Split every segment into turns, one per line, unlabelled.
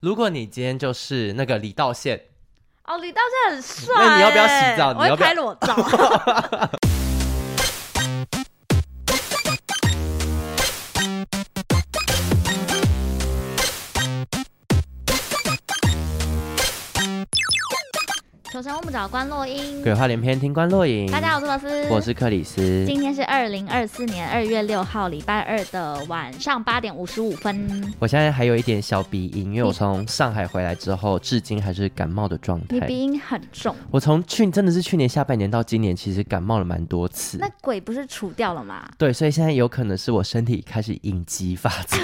如果你今天就是那个李道宪，
哦，李道宪很帅欸。
那你要不要洗澡
我
你要
会
不要
拍裸照。求生问不找关洛英。
鬼话连篇，听官落影。
大家好，我是罗斯，
我是克里斯。
今天是二零二四年二月六号礼拜二的晚上八点五十五分。
我现在还有一点小鼻音，因为我从上海回来之后，至今还是感冒的状
你
态。
鼻音很重，
我从去真的是去年下半年到今年，其实感冒了蛮多次
那。鬼不是除掉 了吗？
对，所以现在有可能是我身体开始应激发 作，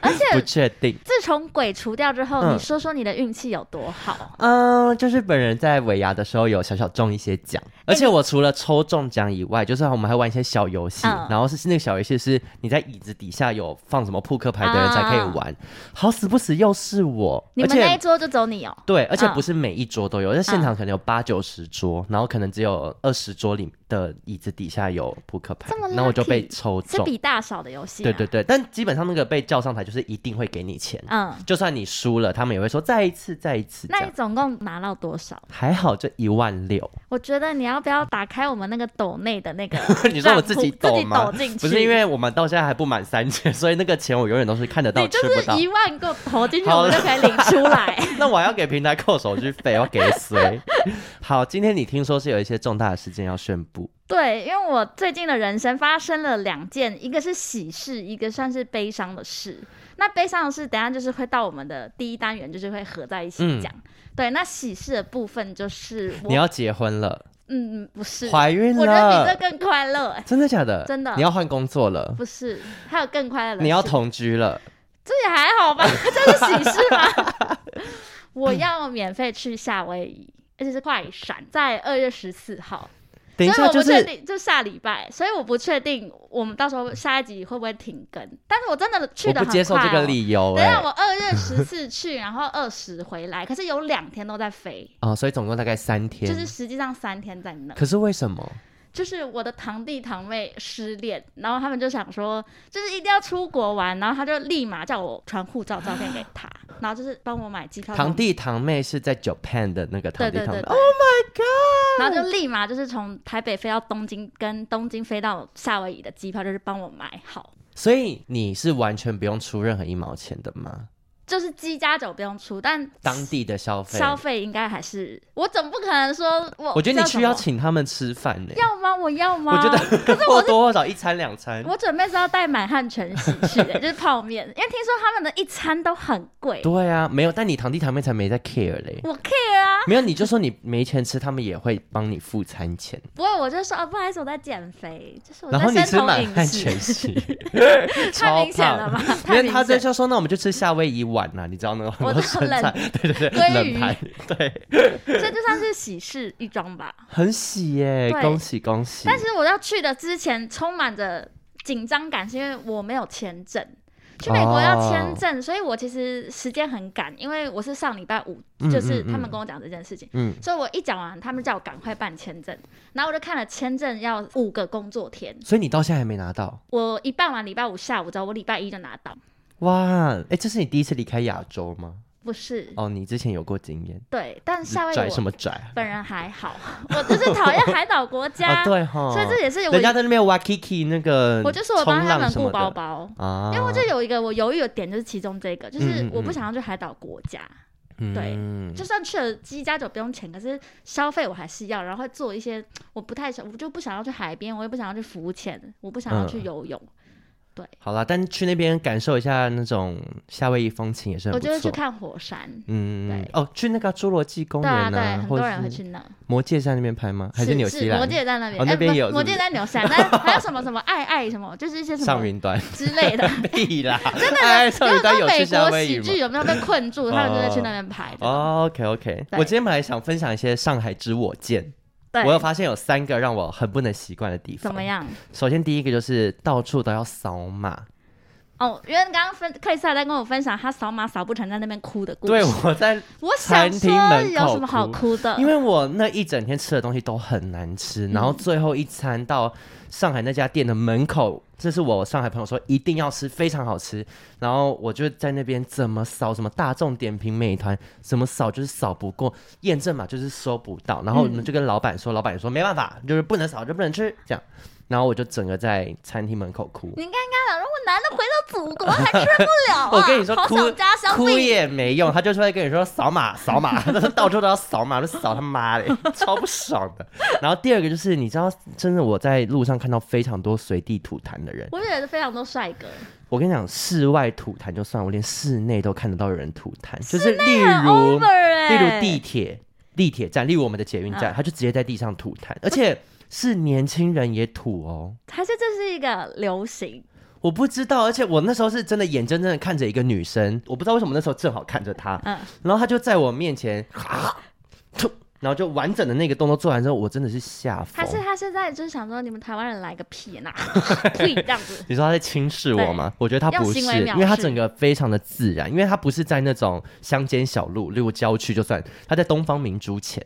而
不
且
确定。
自从鬼除掉之后，
嗯
你说说你的运气有多好？
嗯，就是本人在尾牙的时候有小小中一些奖，
哎
而且我除了抽中奖以外，就是我们还玩一些小游戏，
嗯
然后是那个小游戏是你在椅子底下有放什么扑克牌的人才可以玩，好死不死又是我，
啊你
而
们那一
且。
桌就走你哦。
对，而且
嗯
不是每一桌都有，在现场可能有八九十桌，然后可能只有二十桌里的椅子底下有扑克牌
这么，
然后我就被
lucky，
抽
是
中。
比大小的游戏、啊。
对对。对，但基本上那个被叫上台就是一定会给你钱，
嗯，
就算你输了，他们也会说再一次，再一次这
那你
样。
总共拿到多少？
还好就一万六，？
我觉得你要不要打开我们那个斗内的那个
你说我自己抖
自己
吗？
抖进去？
不是因为我们到现在还不满三千，所以那个钱我永远都是看得到
你
吃
就
不
是
到。
一万个投进去，
好
我
了
们就可以领出来。
那我还要给平台扣手续费，我要给 谁？好，今天你听说是有一些重大的事件要宣布，
对，因为我最近的人生发生了两件，一个是喜事，一个算是悲伤的事。那悲伤的事，等一下就是会到我们的第一单元，就是会合在一起
嗯
讲。对，那喜事的部分就是我，
你要结婚了，
嗯，不是，
怀孕
我觉得比这
了，
更快乐、哎，
真的假的？
真的
你要换工作了，
不是，还有更快乐的事，
你要同居了，
这也还好吧？ 这是喜事吗？ 我要免费去夏威夷，而且是快闪，在二月十四号。
等一
所
下
以我
就
不确
是
定，就下礼拜，所以我不确定我们到时候下一集会不会停更。但是我真的去
嗯我
的、
不接受这个。理由
哦等一
哎、
下，我二月十四去，然后二十回来，可是有两天都在飞，
哦，所以总共大概三天，
就是实际上三天在那。
可是为什么？
就是我的堂弟堂妹失恋，然后他们就想说，就是一定要出国玩，然后他就立马叫我传护照照片给他，然后就是帮我买机票。
堂弟堂妹是在 Japan 的那个堂
对
弟
对
堂妹
对对。
哦，
然后就立马就是从台北飞到东京，跟东京飞到夏威夷的机票，就是帮我买好，
所以你是完全不用出任何一毛钱的吗？
就是机加酒不用出，但
当地的消费，
消费应该还是我总不可能说我
我觉得你
叫什
去
么
要请他们吃饭呢、
要啊吗？我要吗？
我觉得 或多或少一餐两餐。
我准备是要带满汉全席去的， 就是泡面，因为听说他们的一餐都很贵。
对啊，没有，但你堂弟堂妹才没在 care 嘞。
我 care 啊，
没有，你就说你没钱吃，他们也会帮你付餐钱，
不过我就说啊，不好意思，我在减肥，就是我
然后你
在
吃
生酮
满汉
饮
全
食，
席，
太
超
明显了
胖。
吧？
因
太
为他
明
就
显。
就说，那我们就吃夏威夷碗呐、你知道那个很
我
多
知道
生
冷
菜， 对对对，
鲑鱼
冷盘，对，
这就算是喜事一桩吧。
很喜耶，
对
恭喜恭喜！
但是我要去的之前充满着紧张感，是因为我没有签证。去美国
哦
要签证所以我其实时间很赶，因为我是上礼拜五，
嗯
就是
嗯嗯
他们跟我讲这件事情，
嗯
所以我一讲完，他们叫我赶快办签证，然后我就看了签证要五个工作天，
所以你到现在还没拿到
我一办完礼拜五下午之后，我礼拜一就拿到，
哇？哎、这是你第一次离开亚洲吗？
不是，
哦，你之前有过经验，
对，但夏威夷
拽什
我
么拽啊？
本人还好， 我就是 讨厌海岛国家，
哦，对哈，
啊所以这也是我
人家在那边 Wakiki 那个，
我就说我帮他们顾包
包
包。
啊，
因为我就有一个我犹豫的点，就是其中这个，就是
嗯嗯
我不想要去海岛国家，对
嗯
就算去了鸡加酒不用钱，可是消费我还是要，然后会做一些我不太想，我就不想要去海边，我也不想要去浮潜，我不想要去
嗯
游泳，对，
好啦，但去那边感受一下那种夏威夷风情也是
我
很不
就
错。
会去看火山。
嗯
对，
哦，去那个侏罗纪公
对
园
啊，对，很
或
多人会
者
去
是
那，
魔界在那边拍吗？还
是
纽西兰？
魔界在那边，
哦
哎
那边
不是
有是
魔
不
界
是
在纽西兰，但还有什么什么爱爱什么，就是一些什
上
么
云端
之类的。
屁 啦！真的，哎，上
因
云
为
端
到
有去
美
夏
国
威夷
喜
吗
剧？有没有被困住，他们就会去那边拍的。
哦，OK OK，
对
我今天本来想分享一些上海之我见，
对，
我有发现有三个让我很不能习惯的地方。
怎么？样？
首先第一个就是到处都要扫码，
哦，因为刚刚分克里斯还在跟我分享他扫码扫不成，在那边哭的故事。
对，我在
我想
餐
说
厅门口
有什么好哭的？
因为我那一整天吃的东西都很难吃，然后最后一餐到上海那家店的门口，这是我上海朋友说一定要吃，非常好吃。然后我就在那边怎么扫，什么大众点评、美团，怎么扫就是扫不过，验证码就是收不到。然后我们就跟老板说，老板也说没办法，就是不能扫就不能吃这样。然后我就整个在餐厅门口哭。
你应该跟他讲，如果男的回到祖国还吃不了、啊，
我跟你说，
好
哭
想家乡
哭
味。
也没用，他就出来跟你说扫码扫码， 他说到处都要扫码，就扫他妈的，超不爽的。然后第二个就是，你知道，真的我在路上看到非常多随地吐痰的人。
我觉得非常多帅哥，
我跟你讲，室外吐痰就算，我连室内都看得到有人吐痰，就是例
很
如
over 哎、
例如地铁地铁站，例如我们的捷运站，
嗯
他就直接在地上吐痰，而且是年轻人也吐哦。
还是这是一个流行，
我不知道，而且我那时候是真的眼睁睁的看着一个女生，我不知道为什么那时候正好看着她，
嗯，
然后她就在我面前， 啊吐然后就完整的那个动作做完之后，我真的是吓
还
疯。
是他现在就是想说你们台湾人来个屁呐， 屁这样子，
你说她在轻视我吗？我觉得她不是，
用行为藐视
因为她整个非常的自然，因为她不是在那种乡间小路，例如郊区就算，她在东方明珠前，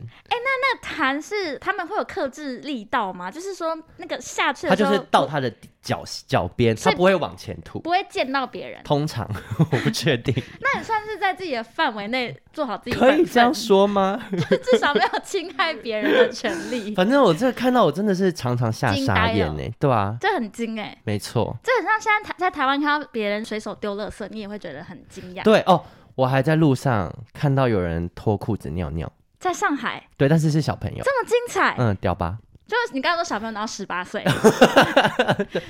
那痰是他们会有克制力道吗？就是说那个下去
她
的时
就
候
是到她的脚脚边，
所
她
以
不会往前吐。
不会溅到别人，
通常 我不确 定，
那你算是在自己的范围内做好自己的
可
本分，
以这样说吗？
至少没有侵害别人的权利，
反正我这个看到我真的是常常吓
惊
傻
呆
眼
了
呢、对啊，
这很惊哎、
没错，
这很像现在台在台湾看到别人随手丢垃圾，你也会觉得很惊讶。
对哦，我还在路上看到有人脱裤子尿尿，
在上海
对，但是是小朋友，
这么精彩，
嗯，屌吧，
就是你刚刚说小朋友然后十八岁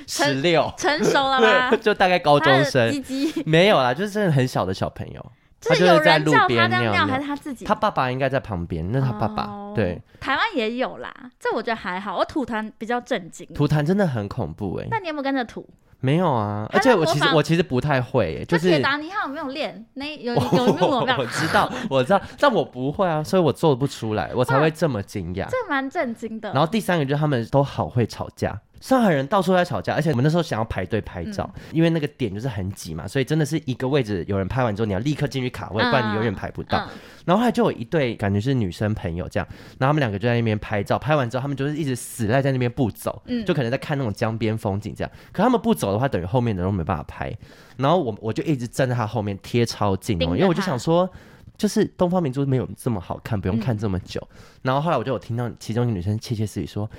十六，
成熟了吧？
就大概高
他
中
的
生，
鸡鸡，
没有啦，就是真的很小的小朋友，
就
他
是
就
有
是在
人
路
叫他这
边
样
尿
尿，还
尿
是他自己？
他爸爸应该在旁边，那是他爸爸，
嗯哦
对，，
台湾也有啦，这我觉得还好。我吐痰比较震惊，
吐痰真的很恐怖哎、
那你有没有跟着吐？
没有啊，
他
而
在
且我
模
其实
仿
我其实不太会、欸，就
那铁
是。
达尼号有没有练？那有有有没有模
我
样？
知道，我知道，但我不会啊，所以我做不出来，我才会这么惊讶。
这蛮震惊的。
然后第三个就是他们都好会吵架，上海人到处在吵架，而且我们那时候想要排队拍照，
嗯
因为那个点就是很挤嘛，所以真的是一个位置有人拍完之后，你要立刻进去卡位，
嗯
不然你永远排不到。
嗯，
然后后来就有一对感觉是女生朋友这样，然后他们两个就在那边拍照，拍完之后他们就是一直死赖在那边不走，
嗯
就可能在看那种江边风景这样。可他们不走的话，等于后面的人都没办法拍。然后我我就一直站在他后面贴超近
盯
哦，
着
因为我就
他嗯
想说。就是东方明珠没有这么好看，不用看这么久。然后后来我就有听到其中一个女生窃窃私语说，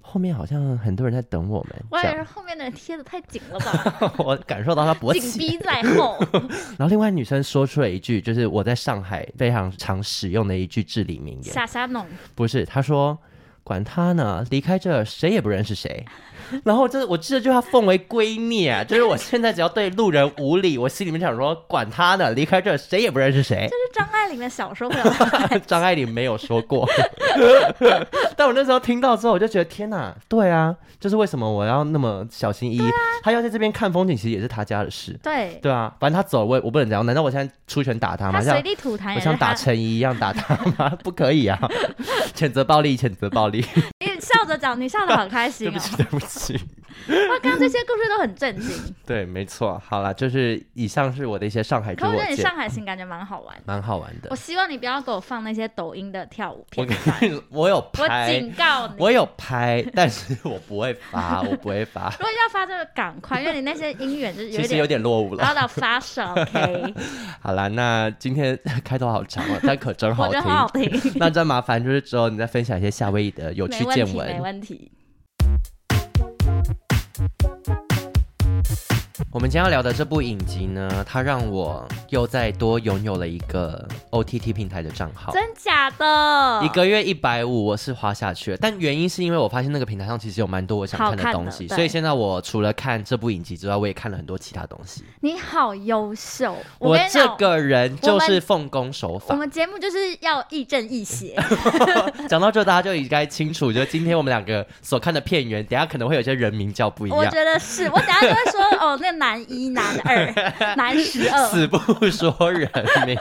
后面好像很多人在等我们。
我以
这
为
样，
后面的人贴的太紧了吧，
我感受到她勃
紧
起
逼在 后。
然后另外女生说出了一句，就是我在上海非常常使用的一句至理名言：
傻傻弄，
不是，他说管他呢，离开这儿谁也不认识谁。 然后这我这句话奉为圭臬啊，就是我现在只要对路人无礼，我心里面想说管他呢，离开这儿谁也不认识谁
这。是张爱玲的小说会有的
张爱玲没有说过，但我那时候听到之后，我就觉得天哪，对啊，就是为什么我要那么小心翼
啊
翼？他要在这边看风景，其实也是他家的事。
对，
对啊，反正他走了，我也我不能这样。难道我现在出拳打他吗？
他
像
随地吐痰
我
也是
像打
他，
陈怡一样打他吗？ 不可以 啊！谴责暴力，谴责暴力。
你笑着讲，你笑得好开 心
对
哦
不。起，对不起。
哇，刚刚这些故事都很震惊，
对，没错。好啦，就是以上是我的一些上海之
可我觉得
我
你
见
上，海行感觉蛮好玩。
蛮好玩的
我。希望你不要给我放那些抖音的跳舞
我
片
跟
段，
你说，我有
我
拍
警，告你。
我有拍，但是我不会 发，我不会发。
如果要发就赶快，因为你那些音源就是有
其
一
实有
点啊
点落伍了。
唠叨 发烧，OK，
好啦，那今天开头好长哦，但可真
我
好
觉
听
得。好好听，
那再麻烦就是之后你再分享一些夏威夷的有趣
没
见
问题，没
闻。
问题。
我们今天要聊的这部影集呢，它让我又再多拥有了一个 OTT 平台的账号。
真假的？
一个月一百五，我是花下去了。但原因是因为我发现那个平台上其实有蛮多我想看
好看的
东西，
对
所以现在我除了看这部影集之外，我也看了很多其他东西。
你好优秀，
我
跟你
这
讲，
个人就
我
是
们
奉公守
我
法。
们节目就是要亦正亦邪。
讲到这，大家就应该清楚，就是今天我们两个所看的片源，等一下可能会有些人名叫不一
我
样，
觉得是我等一下就会说哦，那男一、男 二、男十二，
死不说人 名。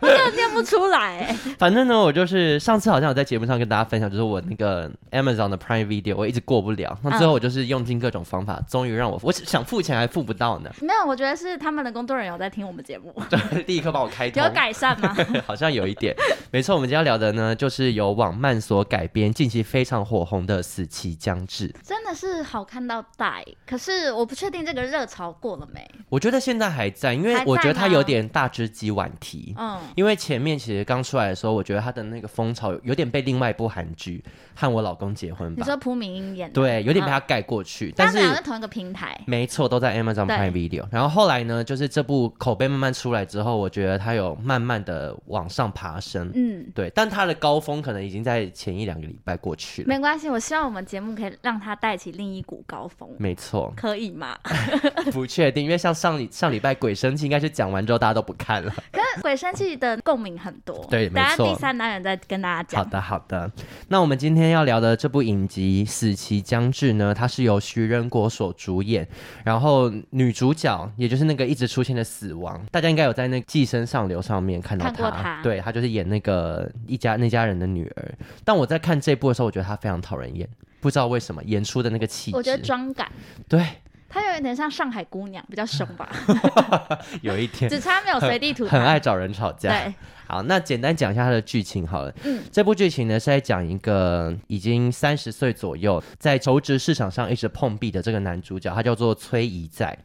我真的念不出来、欸。
反正呢，我就是上次好像有在节目上跟大家分享，就是我那个 Amazon 的 Prime Video 我一直过不了，那
嗯
最后我就是用尽各种方法，终于让我我想付钱还付不到呢，
没有，我觉得是他们的工作人员有在听我们节目，
就立刻帮我开通
有。改善吗？
好像有一点，没错。我们今天要聊的呢，就是由网漫所改编，近期非常火红的《死期将至》。
真的是好看到带，可是我不确定这个热潮过了没。
我觉得现在还在，因为
还在
我觉得它
吗
有点大只鸡晚提。
嗯，
因为前面其实刚出来的时候，我觉得它的那个风潮有点被另外一部韩剧《和我老公结婚
你
吧》
说嗯朴敏英演的，
对，有点被它盖过去。但
他
是
们俩在同一个平台，
没错，都在 Amazon
对
Prime Video。然后后来呢，就是这部口碑慢慢出来之后，我觉得它有慢慢的往上爬升。
嗯。
对，但它的高峰可能已经在前一两个礼拜过去了。
没关系，我希望我们节目可以让他带起另一股高峰，，
没错
可以吗？
不确定，因为像上礼上礼拜《鬼生气》应该是讲完之后大家都不看了。
可是鬼生气的共鸣很多，
对没
等下
错
第三单元再跟大家
好
讲。
的，好的。那我们今天要聊的这部影集《死期将至》呢，它是由徐仁国所主演，然后女主角也就是那个一直出现的死亡，大家应该有在那《寄生上流》上面看到
看过
她，
她
对她就是演那个一家那家人的女儿。但我在看这部的时候，我觉得她非常讨人厌，不知道为什么演出的那个气质，
我觉得妆感，
对，
她有点像上海姑娘，比较凶 吧，
有一点
只差没有随地吐痰。
很爱找人吵架。
对，
好，那简单讲一下它的剧情好了。
嗯
这部剧情呢是在讲一个已经三十岁左右，在求职市场上一直碰壁的这个男主角，他叫做崔怡在。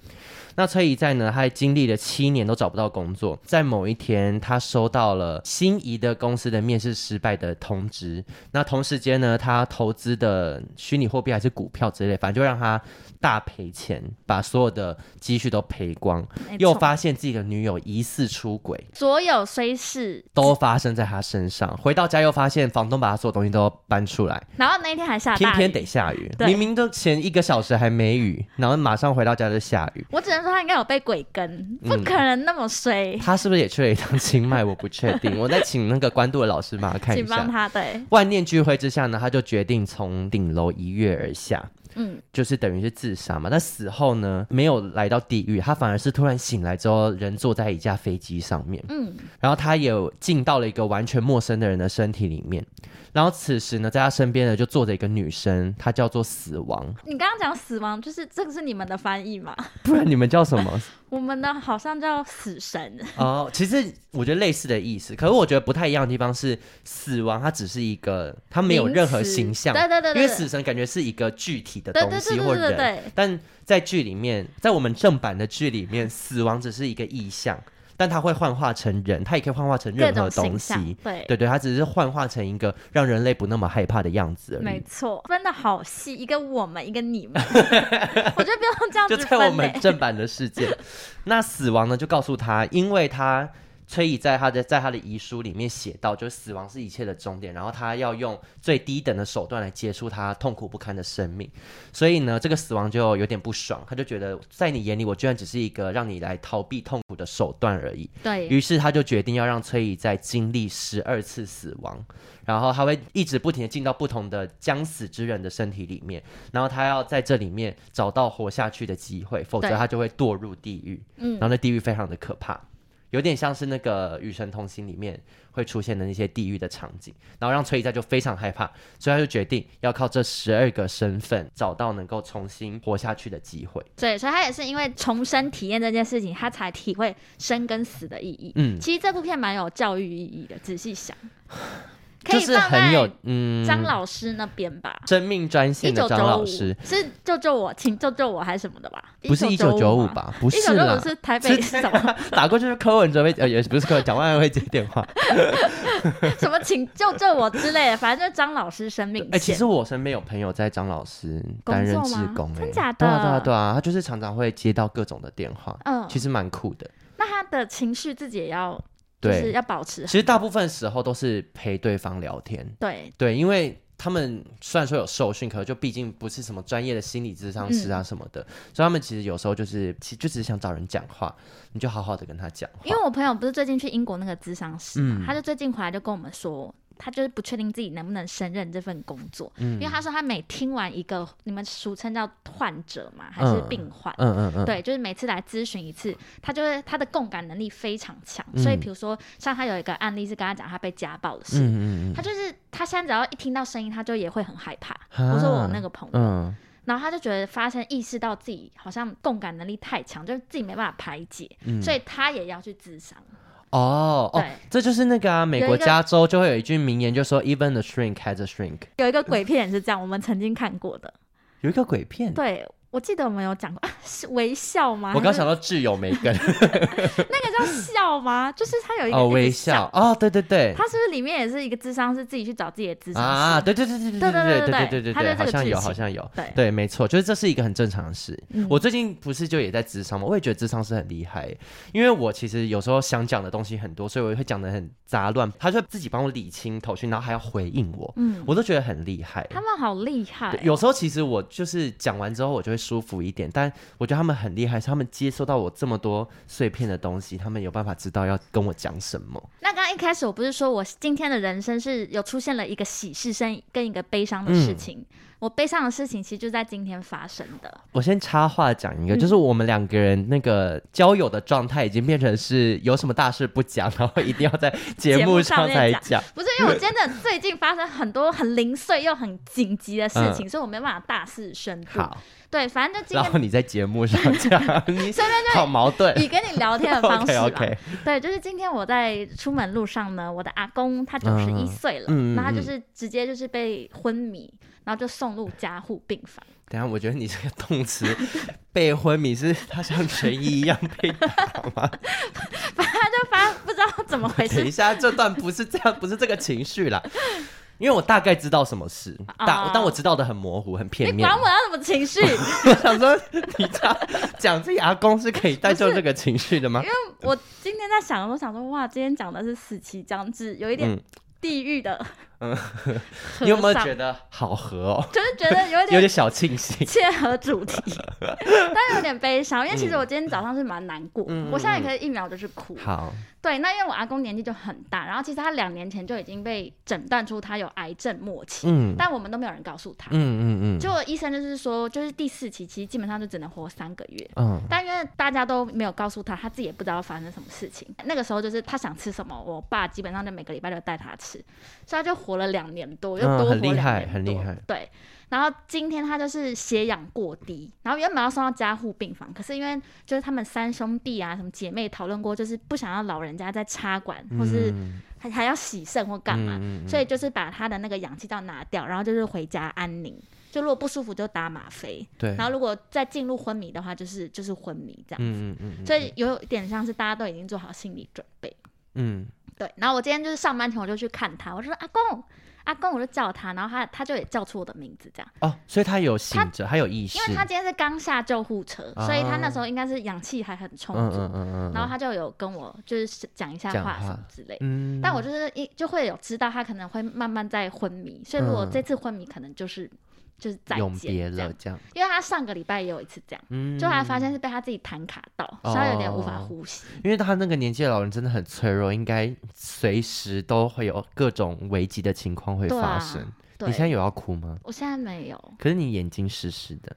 那崔怡在呢，他经历了七年都找不到工作，在某一天，他收到了心仪的公司的面试失败的通知。那同时间呢，他投资的虚拟货币还是股票之类，反正就让他大赔钱，把所有的积蓄都赔光，
没
又
错
发现自己的女友疑似出轨。
所有虽是，
都发生在他身上。回到家又发现房东把他所有东西都搬出来，
然后那一天还下大雨，
偏偏得下雨。
对
明明都前一个小时还没雨，然后马上回到家就下雨。
我只能说他应该有被鬼跟，
嗯
不可能那么衰，
他是不是也去了一趟清迈？我不确定。我再请那个关渡的老师帮他看一
请帮
下。
他对，
万念俱灰之下呢，他就决定从顶楼一跃而下，
嗯，
就是等于是自杀嘛。但死后呢，没有来到地狱，他反而是突然醒来之后，人坐在一架飞机上面。
嗯，
然后他也进到了一个完全陌生的人的身体里面，然后此时呢，在他身边呢就坐着一个女生，她叫做死 亡，
你刚刚讲死亡，就是这个是你们的翻译嘛？
不然你们叫什么？
我们的好像叫死神，
哦，其实我觉得类似的意思，可是我觉得不太一样的地方是，死亡它只是一个，它没有
名
任何
词
形象，
对对对对，
因为死神感觉是一个具体的
对
东
对对
西
对
或
对对
人，
对，
但在剧里面，在我们正版的剧里面，死亡只是一个意象，但它会幻化成人，它也可以幻化成
各
任何
种形
东
象
西。，
对。
对对，它只是幻化成一个让人类不那么害怕的样子而
没
已。
错，分的好细，一个我们，一个你 们，我觉得不用这样
就
子
在我
分欸嘞
们。正版的世 界，那死亡呢就告诉他，因为他崔乙在他的在他的遗书里面写到，就是死亡是一切的终点，然后他要用最低等的手段来结束他痛苦不堪的生命，所以呢，这个死亡就有点不爽，他就觉得在你眼里，我居然只是一个让你来逃避痛苦的手段而已。
对，
于是他就决定要让崔姨在经历十二次死亡，然后他会一直不停的进到不同的将死之人的身体里面，然后他要在这里面找到活下去的机会，否则
对
他就会堕入地狱。
嗯
然后那地狱非常的可怕，有点像是那个《与神同行》里面会出现的那些地狱的场景，然后让崔姨在就非常害怕，所以他就决定要靠这十二个身份找到能够重新活下去的机会。
对，所以他也是因为重生体验这件事情，他才体会生跟死的意义。
嗯，
其实这部片蛮有教育意义的，仔细想。可
就
以
是
放
很有
在
嗯，
张老师那边吧。
生命专
一
线
九
的
九
张老
五
师，
是救救我，请救救我还是什么的吧？
不是一九九五
1995？
吧？不
一
是
九九
啦
五，是台北
是
什么
打过去是柯文哲会呃也不是柯文，蒋万安会接电话。
什么，请救救我之类的，反正就是张老师生命
哎、其
线。
实我身边有朋友在张老师
工
担任
作
志
吗
工、哎，
真假
对啊对啊
的
对啊，他就是常常会接到各种的电话，
嗯，
其实蛮酷的。
那他的情绪自己也要，就
对，
是要保持
其实大部分时候都是陪对方聊天，
对，
对，因为他们虽然说有受训，可就毕竟不是什么专业的心理咨商师
嗯
啊什么的，所以他们其实有时候就是其就只是想找人讲话，你就好好的跟他讲话。
因为我朋友不是最近去英国那个咨商师嘛，
嗯
他就最近回来就跟我们说，他就是不确定自己能不能胜任这份工作，
嗯
因为他说他每听完一个你们俗称叫患者嘛，还是
嗯
病患。
嗯嗯嗯，
对，就是每次来咨询一次，他就会他的共感能力非常强，
嗯
所以比如说像他有一个案例是跟他讲他被家暴的事，
嗯嗯嗯
他就是他现在只要一听到声音，他就也会很害怕。
嗯，
我说我那
个，
个朋友，
嗯
然后他就觉得发现意识到自己好像共感能力太强，就是自己没办法排解，
嗯，
所
以
以他也要去自伤。
哦哦
对，
这就是那个啊，美
有
国
一个
加州就会有一句名言，就说 “Even the shrink has a shrink”，
有一个鬼片也是这样，我们曾经看过的。
有一个鬼片。
对，我记得我们有讲过啊，是微笑吗？
我刚想
到
到挚友梅根
那个叫 笑吗？就是他有一个
哦，
一直
微笑，哦，对对对，
他是不是里面也是一个智商是自己去找自己的智商
啊，
师？
对对对对对
对对对
对对
对
对
他就
对，
是这
好
个
像
剧
有
情
好像有，
对
对，没错，就是这是一个很正常的事。
嗯
我最近不是就也在智商吗？我也觉得智商是很厉害，因为我其实有时候想讲的东西很多，所以我会讲的很杂乱，他就自己帮我理清头绪，然后还要回应我，
嗯，
我都觉得很厉害。
他们好厉害
对
哦，
有时候其实我就是讲完之后我就会舒服一点，但我觉得他们很厉害，是他们接收到我这么多碎片的东西，他们有办法知道要跟我讲什么。
那刚刚一开始我不是说我今天的人生是有出现了一个喜事生跟一个悲伤的事情，
嗯
我悲伤的事情其实就在今天发生的。
我先插话讲一个，
嗯
就是我们两个人那个交友的状态已经变成是有什么大事不讲，然后一定要在节目上才讲。
不是因为我真的最近发生很多很零碎又很紧急的事情，所以我没办法大肆宣布。
嗯好，
对，反正就今
然
天
后你在节目上 讲，你
顺便
好矛盾。
以跟你聊天的方式
OK
啦。
OK，
对，就是今天我在出门路上呢，我的阿公他九十一
嗯
岁了，
嗯嗯
那他就
嗯
是直接就是被昏迷，然后就送入加护病 房。
等一下我觉得你这个动词 被昏迷是他像悬疑一样被打吗？
他就发不知道怎么回
等一
事，
下，这段不是这样，不是 这个情绪啦。因为我大概知道什么事，
啊
大但我知道的很模糊，很片
你
面
管。我要什么情绪？
我想说，你这样讲这牙公是可以带动这个情绪的吗？
我今天在想，我想说，哇，今天讲的是死期将至，有一点
嗯
地狱的和尚，
你有没有觉得好合 哦？
就是觉得有一
有
点
点小庆幸。
切合主 题，但有点悲伤，因为其实我今天早上是蛮难过的，
嗯嗯
我现在可以一秒就是哭。
好，
对，那因为我阿公年纪就很大，然后其实他两年前就已经被诊断出他有癌症末期，
嗯
但我们都没有人告诉他。
嗯嗯嗯，
结果医生就是说，就是第四期，其实基本上就只能活三个月。
嗯
但因为大家都没有告诉他，他自己也不知道发生什么事情。那个时候就是他想吃什么，我爸基本上就每个礼拜都带他吃，所以他就活了两年多，又
嗯
多活
很厉
两
害
年
很厉
多
害。
对，然后今天他就是血氧过低，然后原本要送到加护病房，可是因为就是他们三兄弟啊什么姐妹讨论过，就是不想要老人家在插管或是还还要洗肾或干嘛，
嗯嗯
所以就是把他的那个氧气罩拿掉，然后就是回家安宁。就如果不舒服就打吗啡，
对，
然后如果再进入昏迷的话，就是就是昏迷这样。
嗯嗯嗯
所以有一点像是大家都已经做好心理准备。
嗯
对，然后我今天就是上班前我就去看他，我就说阿公，阿公，我就叫他，然后他他就也叫出我的名字这样，
哦，所以他有醒着，他有意识，
因为他今天是刚下救护车，
啊
所以他那时候应该是氧气还很充
嗯
足，
嗯嗯嗯，
然后他就有跟我就是讲一下
讲
话什
话
么之类。
嗯，
但我就是一就会有知道他可能会慢慢在昏迷，所以如果
嗯
这次昏迷，可能就是、就是再
永别
见这样
了，这样，
因为他上个礼拜也有一次这样。
嗯哦
就后来发现是被他自己弹卡到，所以他有点无法呼吸。
因为他那个年纪的老人真的很脆弱，应该随时都会有各种危机的情况会
对啊
发生。
对
你现在有要哭吗？
我现在没有，
可是你眼睛湿湿的，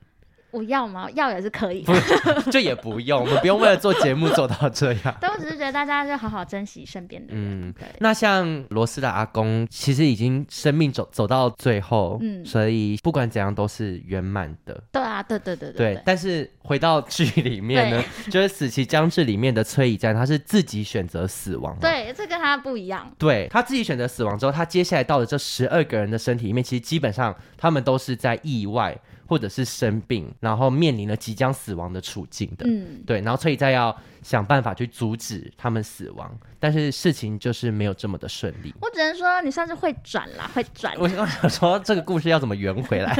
我要吗？要也是可以。
不 就也不用，我们不用为了做节目做到这样。
但我只是觉得大家就好好珍惜身边的人。
嗯
对，
那像罗斯的阿公，其实已经生命走走到最后，
嗯
所以不管怎样都是圆满的。
对啊，对对对
对，
对。
但是回到剧里面呢，就是《死期将至》里面的崔以战，他是自己选择死亡嘛。
对，这跟他不一样。
对他自己选择死亡之后，他接下来到的这十二个人的身体里面，其实基本上他们都是在意外或者是生病，然后面临了即将死亡的处境的。
嗯，
对，然后崔以在要想办法去阻止他们死亡，但是事情就是没有这么的顺利。
我只能说你算是会转啦，会转。
我刚想说这个故事要怎么圆回 来，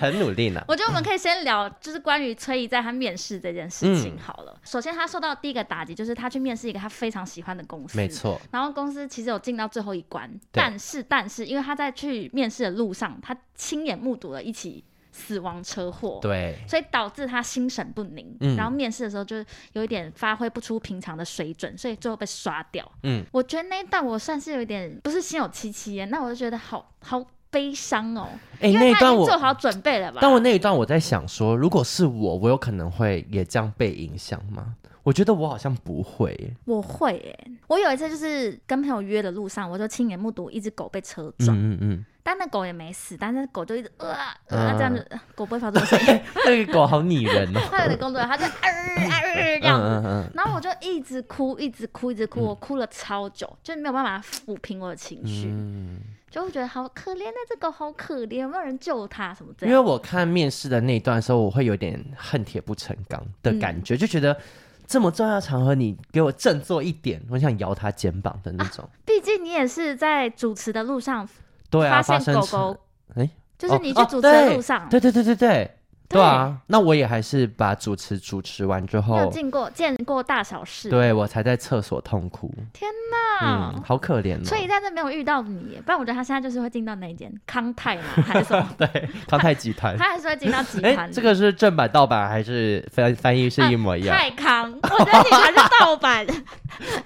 很努力呢。
我觉得我们可以先聊，就是关于崔怡在他面试这件事
嗯
情好了。首先，他受到第一个打击就是他去面试一个他非常喜欢的公司，
没。错，
然后公司其实有进到最后一关，
对
但是但是，因为他在去面试的路上，他亲眼目睹了一起死亡车祸，
对，
所以导致他心神不宁，
嗯
然后面试的时候就有一点发挥不出平常的水准，所以最后被刷掉。
嗯，
我觉得那一段我算是有一点不是心有戚戚焉，那我就觉得好好悲伤哦，
哎、
因
那
为
一
他已
段
经
我
做好准备了吧？
但我那一段我在想说，如果是我，我有可能会也这样被影响吗？我觉得我好像不会耶，
我会耶、我有一次就是跟朋友约的路上，我就亲眼目睹一只狗被车撞，
嗯嗯嗯，
但那狗也没死，但是狗就一直呃呃
嗯
这样子，呃狗不会发出声音，
那个狗好拟人哦。
它有点工作，它就呃呃这样 子。
嗯嗯嗯，
然后我就一直哭，一直哭，一直哭，我哭了超久，就没有办法抚平我的情绪，
嗯
就会觉得好可怜，那只狗好可怜，有没有人救它什么这
因为
样？
我看面试的那一段的时候，我会有点恨铁不成钢的感觉，就觉得这么重要的场合，你给我振作一点，我想摇他肩膀的那种。
毕竟你也是在主持的路上，
对啊，发
现
生
狗
什么
狗，
哎
就是你去
哦
主持的路上，
对对对对对对啊！那我也还是把主持主持完之
你有
后，
进过见过大小事，
哦对我才在厕所痛哭，
那
嗯，好可怜
所以
哦。？
在这没有遇到你耶，不然我觉得他现在就是会进到那一间康泰嘛，还是什么
对，康泰集团，
他还是会进到集
哎、
团里。
这个是正版盗版还是翻翻译是一模一样？
泰康，我觉得你才是盗版。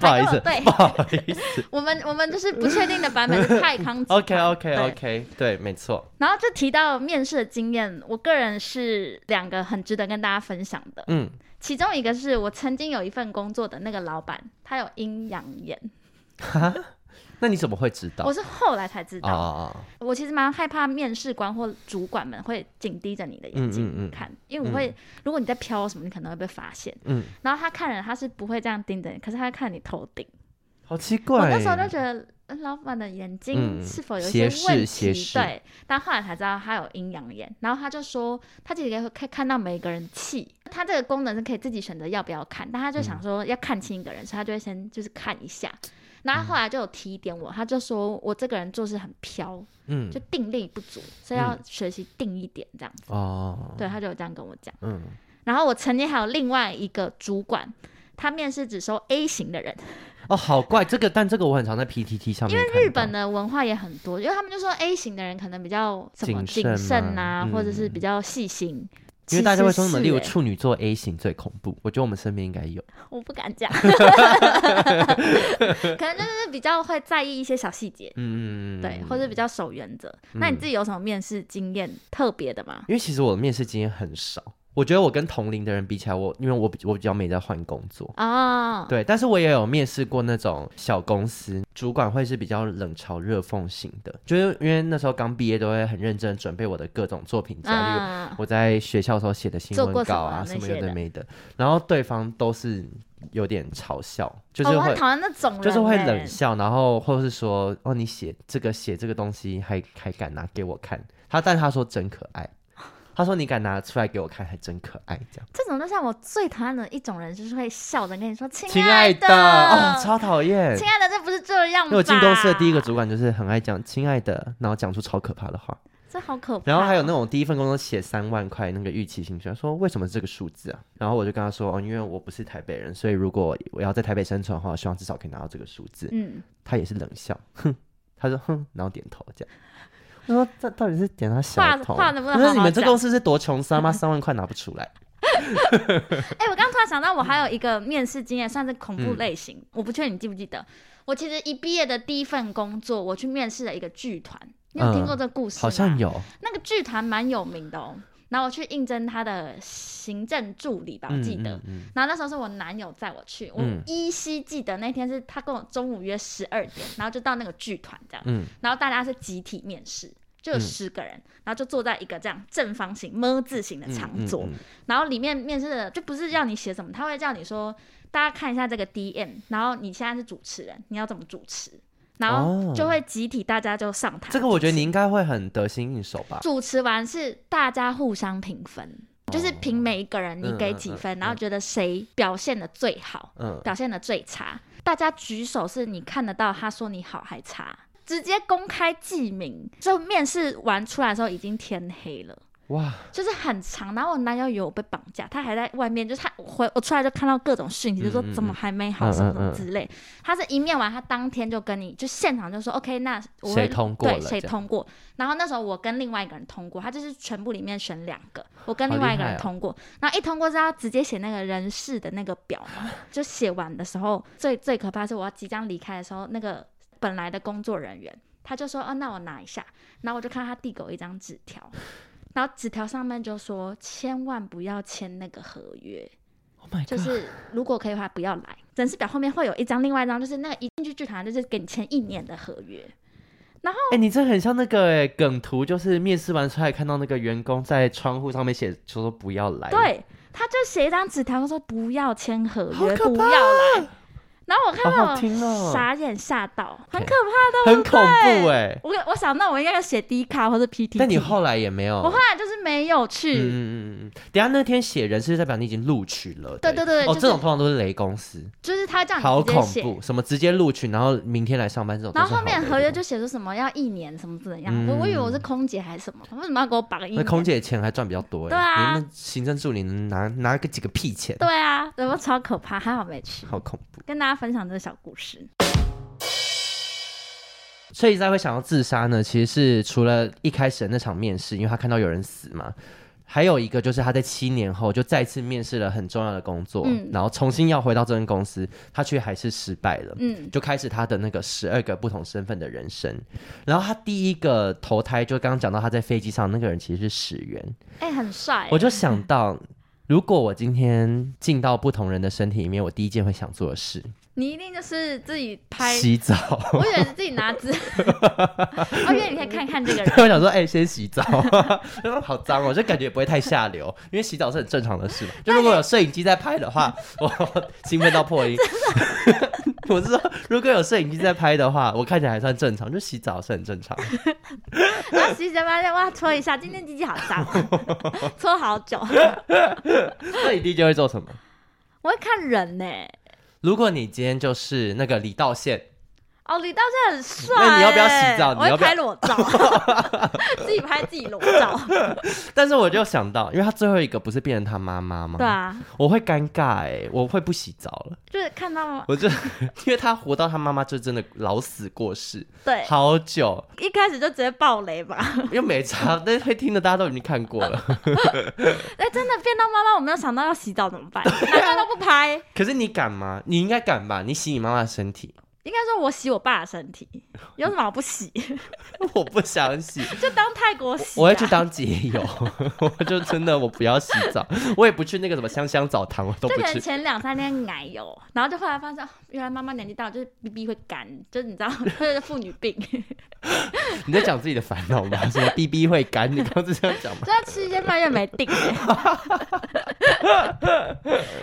不好意 思，
对
不好意思。
我们我们就是不确定的版本是泰康集团。
OK OK
对
OK，对，没错。
然后就提到面试的经验，我个人是两个很值得跟大家分享的。
嗯，
其中一个是我曾经有一份工作的那个老板，他有阴阳眼，
那你怎么会知道？
我是后来才知
哦
道。
哦哦，
我其实蛮害怕面试官或主管们会紧盯着你的眼
嗯嗯
睛
嗯
看，因为我会，如果你在飘什么，你可能会被发现。
嗯
然后他看人，他是不会这样盯着你，可是他会看你头顶。
好奇
我
怪。
那时候就觉得呃老板的眼睛
嗯
是否有一
斜
些
视
问
斜
题？
视
对，但后来才知道他有阴阳眼，然后他就说他自己可以可以看到每个人气，他这个功能是可以自己选择要不要看，但他就
嗯
想说要看清一个人，所以他就会先就是看一下。然
嗯
后后来就有提点我，他就说我这个人做事很飘，
嗯
就定力不足，所以要学习定一点这样子。
哦，
对，他就有这样跟我讲。
嗯，
然后我曾经还有另外一个主管，他面试只收 A 型的人，
哦，好怪。这个，但这个我很常在 PTT 上面看到。因为
日本的文化也很多，因为他们就说 A 型的人可能比较什么
谨
谨
慎
慎
嘛
啊，
嗯
或者是比较细心。
因为大家会说什
其实
么，
是
例如
欸
处女座 A 型最恐怖，我觉得我们身边应该有。
我 不敢讲，可能就是比较会在意一些小细节，
嗯，
对，啊或者比较守原则。那你自己有什么面试经验特别的吗？
因为其实我的面试经验很少，我觉得我跟同龄的人比起来，我因为我比我比较没在换工作。
哦，
对，但是我也有面试过那种小公司，主管会是比较冷嘲热讽型的，就是因为那时候刚毕业，都会很认真地准备我的各种作品集啊，例如
嗯，
我在学校的时候写的新
做过
闻
什么
稿啊，
那
什么
些
有的
的
没的，然后对方都是有点嘲笑，就
哦
是
我
会、
很讨厌那种人，欸
就是会冷。笑，然后或者是说，哦，你写这个写这个东西还还敢拿给我看？他但他说真可 爱，他说你敢拿出来给我看，还真可爱这样。
这种就像我最讨厌的一种人，就是会笑着跟你说：“亲
亲
爱
爱的，哦，
亲
超讨厌。
爱的，这不是这样吧？”
因为我进公司的第一个主管就是很爱讲“亲爱的”，然后讲出超可怕的话，
这好可怕。哦
然后还有那种第一份工作写三万块那个预期薪水，说为什么是这个数字啊？然后我就跟他说哦，因为我不是台北人，所以如果我要在台北生存的话，我希望至少可以拿到这个数字。
嗯，
他也是冷笑，哼，他说哼，然后点头这样。我说这到底是点他小
话
头？
话能不能
我说
好好
你们这
讲
公司是多穷酸 吗？三万块拿不出来，
哎、我刚刚突然想到，我还有一个面试经验，算是恐怖类
嗯
型。我不确定你记不记得，我其实一毕业的第一份工作，啊我去面试了一个剧团。你有听过这个故事吗？
嗯好像有
那个剧团蛮有名的哦。然后我去应征他的行政助理吧，我记得。
嗯嗯
然后那时候是我男友载我去，我
嗯
依稀记得那天是他跟我中午约十二点，然后就到那个剧团这样，
嗯
然后大家是集体面试，就有
嗯
十个人，然后就坐在一个这样正方形么字形的
嗯
长
嗯
桌，
嗯
然后里面面试的就不是要你写什么，他会叫你说，大家看一下这个 DM，然后你现在是主持人，你要怎么主持，然后
哦
就会集体大家就上台主持。
这个我觉得你应该会很得心应手吧？
主持完是大家互相评分，就是凭每一个人你
嗯
给
嗯
几
嗯
分，
哦嗯
然后觉得谁表现的最好，
嗯，
表现的最差，大家举手是你看得到他说你好还差。直接公开记名，就面试完出来的时候已经天黑了。
哇，
就是很长，然后我男友有被绑架，他还在外面，就是他我回我出来就看到各种讯息，就说
嗯嗯嗯
怎么还没好
嗯
什么
嗯
什么
嗯
之类。他是一面完，他当天就跟你就现场就说 OK，那我会
谁通过
对
了？
谁
这样
通过。然后那时候我跟另外一个人通过，他就是全部里面选两个，我跟
好
另外一
厉
个人
害哦
通过。然后一通过之后，直接写那个人事的那个表嘛，就写完的时候，最最可怕的是我要即将离开的时候，那个本来的工作人员他就说：“哦，那我拿一下。”然后我就看他递给我一张纸条，然后纸条上面就说：“千万不要签那个合约。”
？Oh my
就
god！
是如果可以的话，不要来。人事表后面会有一张，另外一张就是那个一进去剧团就是给你签一年的合约，
哎，你这很像那个哎梗图，就是面试完出来看到那个员工在窗户上面写说说不要来。，
对，他就写一张纸条说不要签合
好
约，
可
不
怕
要来。然后我看
好
到
好听哦
傻眼吓到，很
OK
可怕。
很恐怖哎。
我我想到我应该要写 D 卡或者 PTT，
但你后来也没有。
我后来就是没有
嗯嗯
去，
嗯嗯，等一下那天写人事代表你已经录取了，
对对对对
哦，
就是
这种通常都是雷公司，
就是他这样
好
你直接
恐
写。
怖，什么直接录取，然后明天来上班这种都
然
是好
后后
雷的。
面合约就写出什么要一年什么怎样，我我以为我是空姐还是什么，为什么要给我绑一
那
年？
空姐钱还赚比较多哎，
对啊
你们行政助理能拿拿个几个屁钱，
对啊，然后超可怕，还好没去。
好恐怖。
跟大家分享这个小故事。
所以在会想要自杀呢，其实是除了一开始的那场面试，因为他看到有人死嘛，还有一个就是他在七年后就再次面试了很重要的工作，
嗯
然后重新要回到这间公司，他却还是失败了。
嗯，
就开始他的那个十二个不同身份的人生，然后他第一个投胎，就刚刚讲到他在飞机上那个人其实是史源，
哎、很帅、
我就想到，如果我今天进到不同人的身体里面，我第一件会想做的事，
你一定就是自己拍，
洗澡。
我以为是自己拿纸， 我以为你可以看看 这个人。
我想说，哎、先洗澡， 然后好脏哦，就感觉也不会太下流，因为洗澡是很正常的事嘛。就如果有摄影机在拍的话，我 兴奋到破音。我是说，如果有摄影机在拍的话，我看起来还算正常，就洗澡是很正常。
然后洗洗发现哇，搓一下，今天鸡鸡好脏， 搓好久。
那你第一件会做什么？
我会看人呢、
如果你今天就是那个李道宪，
哦，李道宪很帅、欸。
那你要不要洗澡
我
你
会
要不要
拍裸照， 自己拍自己裸照。
但是我就想到，因为他最后一个不是变成他妈妈吗？
对啊，
我会尴尬哎、我会不洗澡了。
就是看到
我就 因为他活到他妈妈就真的老死过世，
对，
好久，
一开始就直接爆雷吧。
又没查，但是会听的大家都已经看过 了。
哎、真的变到妈妈，我没有想到要洗澡怎么办，难怪都不拍。
可是你敢吗？你应该敢吧？你洗你妈妈的身 体，
应该说我洗我爸的身体，有什么好不洗？
我不想洗，
就当泰国洗、啊
我会去当解友， 我就真的我不要洗澡，我也不去那个什么香香澡堂，我都
就
不
可能
去。
前两三天奶油，然后就后来发现，哦原来妈妈年纪大了，就是逼逼会干，就是你知道， 就是妇女病，
你在讲自己的烦恼吗？什么 BB 会干？你刚刚是这样讲吗？
就要吃一些饭越没定、欸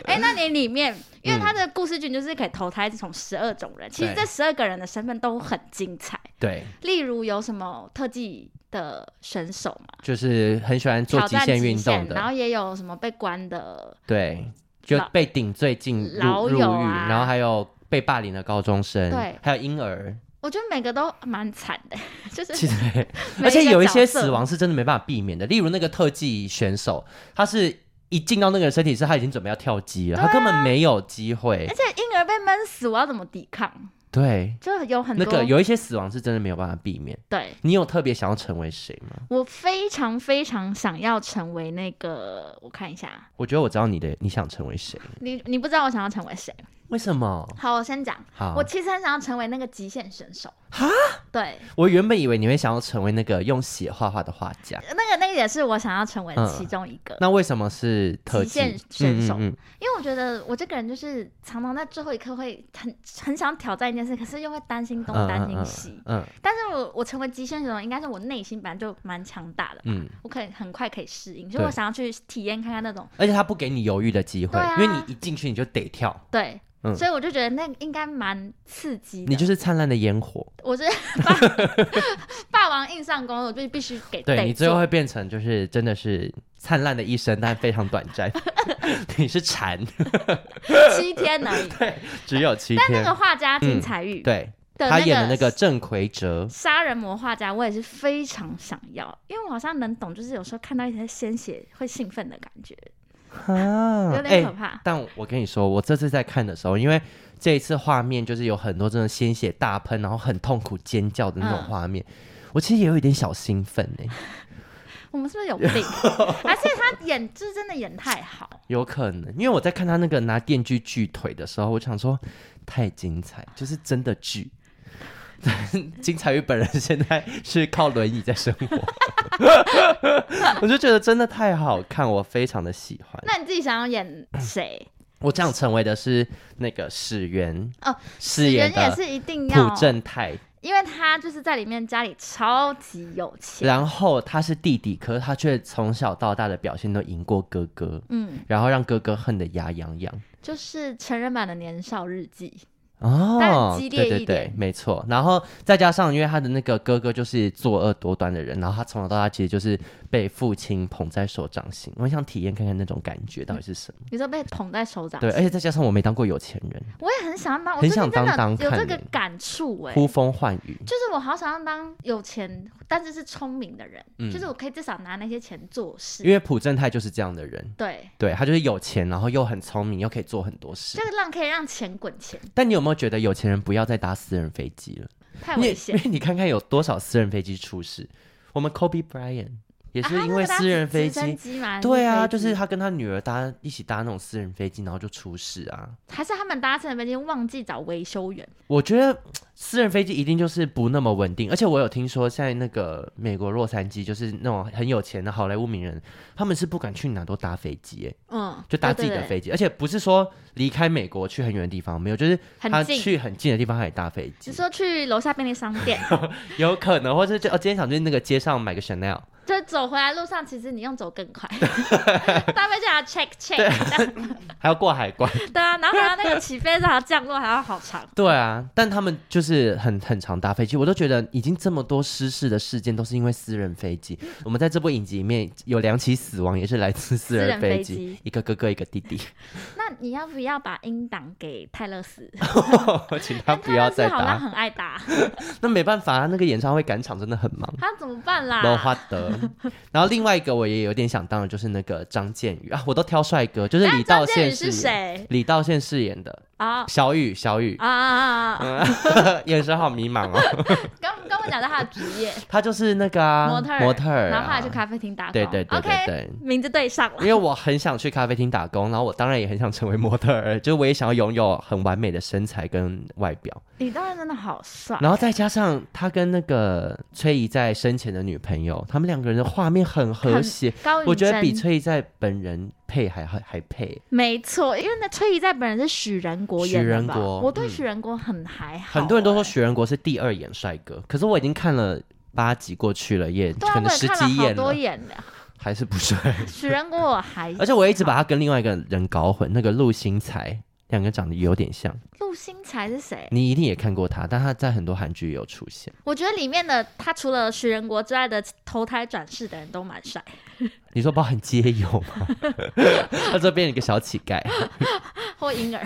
哎、那你里面，因为他的故事剧就是可以投胎从十二种人，其实
对
这十二个人的身份都很精彩，
对，
例如有什么特技的选手嘛，
就是很喜欢做
挑
极
战
限
极
运动
限，然后
的，
也有什么被关的
对，就
老
被顶罪进
老
入入
友
狱，
啊
然后还有被霸凌的高中生，
对
还有婴儿，
我觉得每个都蛮惨的， 就是
其实对，
每
而且
个
有一
角
些
色
死亡是真的没办法避免的，例如那个特技选手，他是一进到那个人身体是他已经准备要跳机
啊
了，他根本没有机会
而。且婴儿被闷死，我要怎么抵抗？
对，
就有很
那
多、
个有一些死亡是真的没有办法避免。
对
你有特别想要成为谁吗？
我非常非常想要成为那个，我看一下，
我觉得我知道你的，你想成为谁？
你你不知道我想要成为谁？
为什么？
好，我先讲，
好，
我
我
其实很想要成为那个极限选手
哈，
对，
原本以为你会想要成为那个用血画画的画家，
那个那个也是我想要成为
嗯
其中一个。
那为什么是特
极
技
限选手
嗯嗯
因为我觉得我这个人就是常常在最后一刻会很很想挑战一件事，可是又会担心东
嗯
担
嗯
心
嗯
西。
嗯
但是我我成为极限选手，应该是我内心本来就蛮强大的，
嗯嗯，
我可以很快可以适应，所以
对
我想要去体验看看那种
而且他不给你犹豫的机会
对，啊
因为你一进去你就得跳，
对。
嗯
所以我就觉得那应该蛮刺激的。
你就是灿烂的烟火，
我是 霸霸王硬上弓，我就必须给
对
得
你最 后
做
会变成就是真的是灿烂的一生，但非常短 暂， 你是蝉，
七天而已。
只有七
但那
天
个。画家金
嗯
彩玉
对
的
他演的那个郑奎哲，
杀人魔画家，我也是非常想要，因为我好像能懂，就是有时候看到一些鲜血会兴奋的感觉，
啊
有点可怕。
但我跟你说，我这次在看的时候，因为这一次画面就是有很多真的鲜血大喷，然后很痛苦尖叫的那种
嗯
画面，我其实也有一点小兴奋哎、
我们是不是 有病？而且他演就是真的演太好，
有可能，因为我在看他那个拿电锯锯腿的时候，我想说太精彩，就是真的锯。 金彩玉本人现在是靠轮椅在生活， 我就觉得真的太好看，我非常的喜欢。
那你自己想要演谁？
我这样成为的是那个史源
哦，
饰演
人也
的
是一定要
朴，正泰，
因为他就是在里面家里超级有钱，
然后他是弟弟，可是他却从小到大的表现都赢过哥哥，
嗯，
然后让哥哥恨得牙痒痒。
就是成人版的年少日记，但
哦，
激
对
烈一
对对
点，
没错。然后再加上，因为他的那个哥哥就是作恶多端的人，然后他从小到大其实就是被父亲捧在手掌心。我想体验看看那种感觉到底是什么。
你说被捧在手掌
对，
心，
而且再加上我没当过有钱人，
我也很想要当，
很
我最近
想
真
当当
的有
看
这个
欸
感触哎、
呼风唤雨。
就是我好想要当有钱，但是是聪明的人，
嗯
就是我可以至少拿那些钱做事。
因为朴正泰就是这样的人，
对，
对他就是有钱，然后又很聪明，又可以做很多事
这。个浪可以让钱滚钱，
但你有没有觉得有钱人不要再搭私人飞机了？
太
因
危
为
险
因。为 你看看有多少私人飞机出事，我们 Kobe Bryant 也是
啊
因为
那个搭
私人
直
飞
直升
机，
机嘛，
对啊，
飞
就
机
是他跟他女儿搭一起搭那种私人飞机，然后就出事啊。
还是他们搭乘的飞机忘记找维修员，
我觉得私人飞机一定就是不那么稳定，而且我有听说，在那个美国洛杉矶，就是那种很有钱的好莱坞名人，他们是不敢去哪都搭飞机、欸，
嗯，
就搭自己的
对，对
飞机，而且不是说离开美国去很远的地方，没有，就是
很
他
近
去很近的地方他也搭飞
对只
机，
说去楼下便利商 店，
有可能，或者就哦，今天想去那个街上买个 Chanel，
就走回来路上，其实你用走更 快， 搭飞机还要 check check，
啊还要过海关。
对啊，然后还要那个起飞还要降落还要好 长，
对啊，但他们就是很很常搭飞机，我都觉得已经这么多失事的事件都是因为私人飞机。我们在这部影集里面有两起死亡，也是来自私人飞
私人飞机
一个哥哥一个弟弟，
那你要不要把音档给泰勒斯？
请他
但
不要
勒斯
再
好像
搭。
很爱 打，
那没办法，那个演唱会赶场真的很忙。
他怎么办啦？
没花得，然后另外一个我也有点想当的就是那个张建宇啊，我都挑帅哥，就是
但
李道
张
宪
建宇
饰
是
演，
谁
李道宪饰演的
啊？
小雨，小雨，呃
啊啊啊！ 啊！
眼神好迷茫哦，
刚刚我讲到他的职业，
他就是那个啊
模特儿
模特儿啊，
然后后来去咖啡厅打工。
对对对
o
对
k
对。
名字对上了
因。为我很想去咖啡厅打工，然后我当然也很想成为模特儿，就是我也想要拥有很完美的身材跟外表，
李道真的好帅，
然后再加上他跟那个崔怡在生前的女朋友，他们两个人的画面很和谐，
高
我
云
觉得比
真，
崔怡在本人配还还还配，
没错，因为那崔怡在本人是许仁国演的吧
许仁国
我对
嗯
许仁国很还好欸、
很多人都说许仁国是第二眼帅哥，可是我已经看了八集过去了，也
对啊，
可能
我
十
也看
几
了好
眼
多
了，
眼了。
还是不帅，
许仁国我还，
而且我一直把他跟另外一个人搞混，那个陆星材。两个长得有点像，
陆星材是谁？
你一定也看过他，但他在很多韩剧也有出现。
我觉得里面的他除了许仁国之外的投胎转世的人都蛮帅。
你说包含街友 吗？他这边有一个小乞丐，
或婴儿，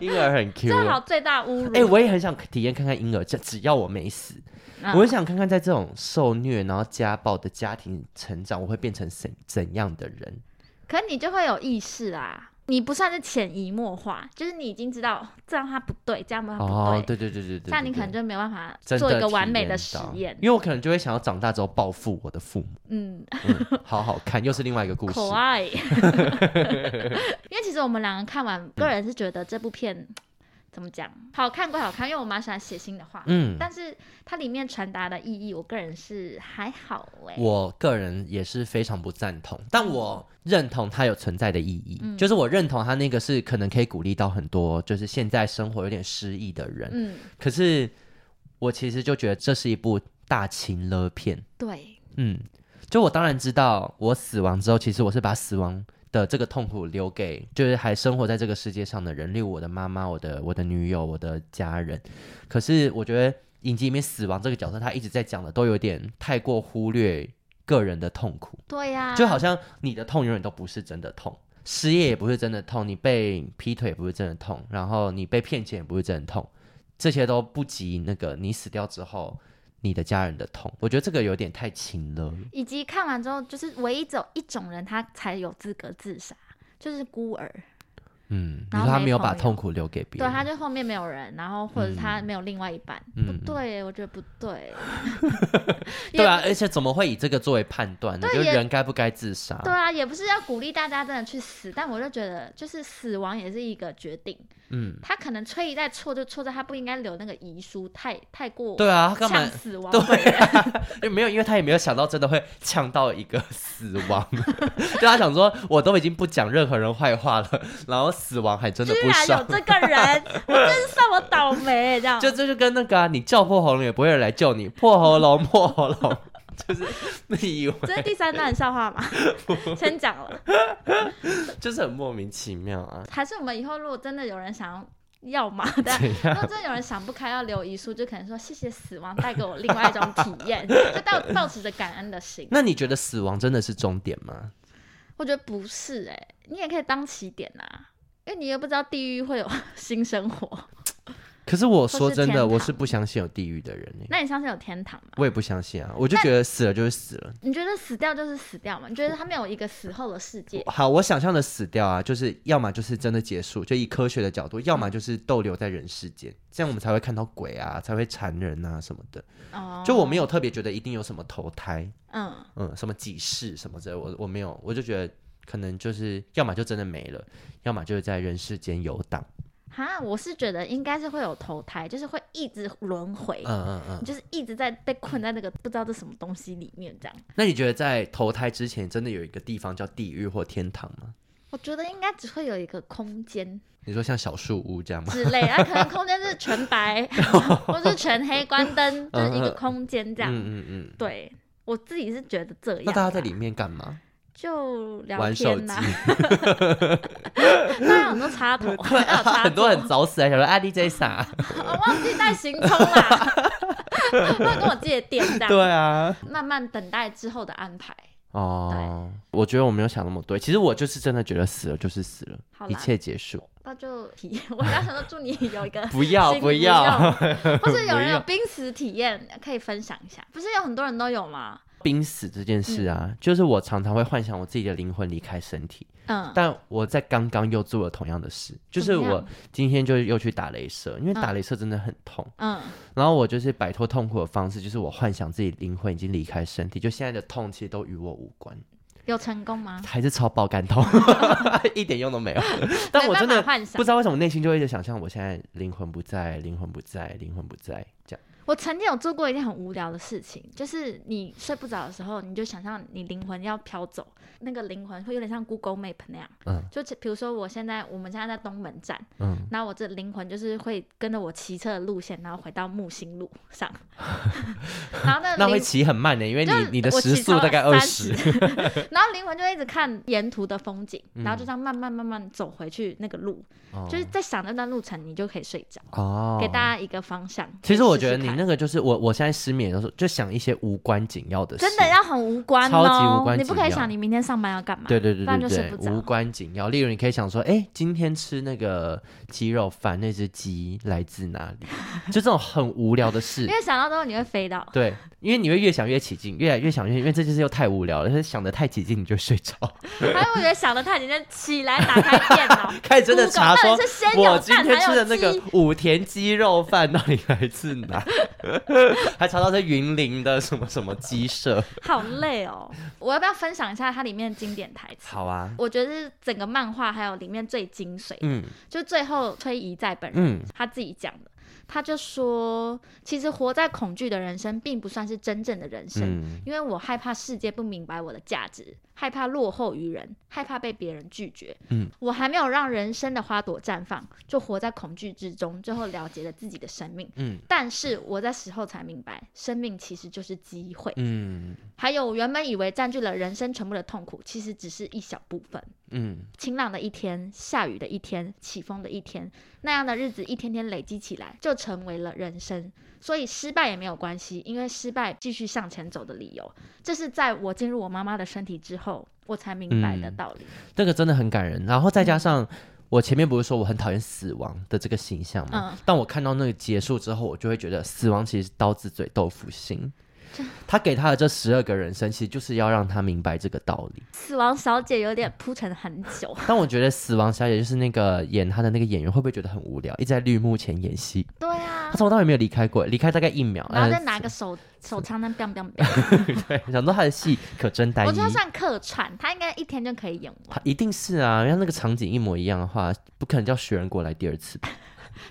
婴儿很 Q
这。好最大侮辱。
啊哎、我也很想体验看看婴儿，这只要我没死，
嗯
我很想看看在这种受虐然后家暴的家庭成长，我会变成怎怎样的人？
可你就会有意识啦。啊你不算是潜移默化，就是你已经知道这样它不对，这样它啊不
哦，
对。
对对对对对，
像你可能
对
就没有办法
真
做一个
体
完美的
验
实
到
验，
因为我可能就会想要长大之后报复我的父母，
嗯，啊
嗯好好看，又是另外一个 故事。
可爱。因为其实我们两个看完，个人是觉得这部片怎么讲，好看归好看，因为我蛮喜欢写信的画面，
嗯，
但是它里面传达的意义，我个人是还好哎、
我个人也是非常不赞同，但我认同它有存在的意义，就是我认同它那个是可能可以鼓励到很多就是现在生活有点失意的人。
嗯，
可是我其实就觉得这是一部大情勒片，
对，
嗯，就我当然知道，我死亡之后，其实我是把死亡的这个痛苦留给就是还生活在这个世界上的人，例如我的妈妈、我的我的女友、我的家人。可是我觉得影集里面死亡这个角色，他一直在讲的都有点太过忽略个人的痛苦，
对呀、
就好像你的痛永远都不是真的痛。失业也不是真的痛，你被劈腿也不是真的痛，然后你被骗钱也不是真的痛，这些都不及那个你死掉之后你的家人的痛。我觉得这个有点太轻了。
以及看完之后，就是唯一只有一种人他才有资格自杀，就是孤儿。
嗯，你
然
说
后
他
没
没有
朋
把
友
痛苦留给别
对，
人，
他就后面没有人，然后或者是他没有另外一半，
嗯
不对，我觉得不对。也
对啊，而且怎么会以这个作为判断呢？
对
就
也
人该不该自杀？
对啊，也不是要鼓励大家真的去死，但我就觉得，就是死亡也是一个决定。
嗯，
他可能崔一代错就错在他不应该留那个遗书，太太过
对啊，他干
像
嘛？
死亡本
对
人。
啊，就没有，因为他也没有想到真的会呛到一个 死亡，就他想说，我都已经不讲任何人坏话了，然后死亡还真的
居
不
啊然有
爽。
这个人， 我真是算我倒霉 这样。
就这就跟那个啊，你叫破喉咙也不会有人来救你，破喉咙破喉咙， 就是你以为
这是第三段笑 话嘛？先讲了，
就是很莫名其妙啊。
还是我们以后如果真的有人想要。要嘛的，
怎
如果真的有人想不开要留遗书，就可能说谢谢死亡带给我另外一种体 验，就抱抱持着感恩的心。
那你觉得死亡真的是终点吗？
我觉得不是哎、你也可以当起点呐、因为你也不知道地狱会有新生活。
可是我
是
说真
天
的，
堂
我是不相信有地狱的人欸
那你相信有天堂吗？
我也不相信啊，我就觉得死了就是死了。
你觉得死掉就是死掉吗？你觉得他没有一个死后的世界？
好，我想象的死掉啊，就是要么就是真的结束，就以科学的
嗯
角度；要么就是逗留在人世间，这样我们才会看到鬼啊，才会缠人啊什么的。
哦，
就我没有特别觉得一定有什么投胎，
嗯，
嗯，什么几世什么之类，我我没有，我就觉得可能就是要么就真的没了，要么就是在人世间游荡。
哈，我是觉得应该是会有投胎，就是会一直轮回，
嗯嗯嗯。
你就是一直在被困在那个不知道这什么东西里面这样。
那你觉得在投胎之前，真的有一个地方叫地狱或天堂吗？
我觉得应该只会有一个空间
你说像小树屋这样吗？
之类，啊，可能空间是 全白，或是全黑，关灯，就是一个空间这样。
嗯嗯嗯。
对我自己是觉得这样啊、
那大家在里面干嘛？
就聊
玩手
天啊
机
呐、，当然很多 插 头，还有插座
很多人早死还想说啊 DJ 傻，
我忘记带行充啦， 会跟我借电这样，
啊，
慢慢等待之后的安排。
哦，我觉得我没有想那么多，其实我就是真的觉得死了就是死了
好，啦
一切结束，
那就体验，我刚想说祝你有一个
不要
新
不
不
要，
或是有人
不要
有濒死体验可以分享一下，不是有很多人都有吗？
濒死这件事啊，就是我常常会幻想我自己的灵魂离开身体，
嗯，
但我在刚刚又做了同样的事，就是
怎么样
我今天就又去打镭射，因为
嗯
打镭射真的很痛，
嗯，
然后我就是摆脱痛苦的方式，就是我幻想自己灵魂已经离开身体，就现在的痛其实都与我无关。
有成功吗？
还是超爆肝痛， 一点用都 没有。但我真
没
的
办法幻
不知。
想
道为什么内心就会一直想象，我现在灵魂不在，灵魂不在，灵魂不在，这样。
我曾经有做过一件很无聊的事情，就是你睡不着的时候，你就想象你灵魂要飘走，那个灵魂会有点像 Google Map 那样。
嗯
就其比如说我现在我们现在在东门站，
嗯，
那我这灵魂就是会跟着我骑车的路线，然后回到木星路 上，然后那
那
灵
会骑很慢呢，因为
就
哎你你的
我
时
骑
速
超
大概二十。
30然后灵魂就会一直看沿途的风景，然
嗯
后就这样慢慢慢慢走回去那个路，就是在想那段路程，你就可以睡着，
哦
给大家一个方向。
其实我
可以
觉
试
得
试
你那个就是我，我现在失眠的时候就想一些无关紧要的事，
真的要很无关
超级
哦
无，关
你不可以
紧要
想你明天上班要干嘛，
对对对
不然
对
就睡不
对，无
着。
关紧要。例如，你可以想说，哎、今天吃那个鸡肉饭，那只鸡来自哪里？就这种很无聊的事
因。为想到之后你会 飞到，
对，因为你会越想越起劲，越来越想越，因为这件事又太无聊了，但是想的太起劲，你就睡着。，
还有我觉得想的太简单，起来打开电脑
开始真的
Google，
查
到
说
底是先，有
我
蛋
今天
还有
吃的那个
鸡
武田鸡肉饭到底来自哪？ 还查到在云林的什么什么鸡舍。
好累哦。我要不要分享一下它里面的经典台词？
好啊，
我觉得是整个漫画还有里面最精髓的
嗯
就最后崔姨在本人、
嗯
他自己讲的，他就说，其实活在恐惧的人生并不算是真正的人生，
嗯
因为我害怕世界不明白我的价值，害怕落后于人，害怕被别人拒绝。
嗯，
我还没有让人生的花朵绽放，就活在恐惧之中，最后了结了自己的生命。
嗯
但是我在死后才明白，生命其实就是机会。
嗯
还有，原本以为占据了人生全部的痛苦，其实只是一小部分。
嗯
晴朗的一天，下雨的一天，起风的一天，那样的日子一天天累积起来，就成为了人生。所以失败也没有关系，因为失败继续向前走的理由。这是在我进入我妈妈的身体之后，我才明白的道理。
这个真的很感人。然后再
嗯
加上我前面不是说我很讨厌死亡的这个形象吗？
嗯
但我看到那个结束之后，我就会觉得死亡其实是刀子嘴豆腐心。他给他的这十二个人生，其实就是要让他明白这个道理。
死亡小姐有点铺陈很久，
但我觉得死亡小姐就是那个演她的那个演员，会不会觉得很无聊，一直在绿幕前演戏？
对啊
她，从头到尾没有离开过，离开大概一秒，
然后
呃
再拿个手手枪那 biang biang biang，
对， 想到她的戏可真单一。
我觉得算客串，她应该一天就可以演完。
她一定是啊，因为她那个场景一模一样的话，不可能叫雪人过来第二次吧？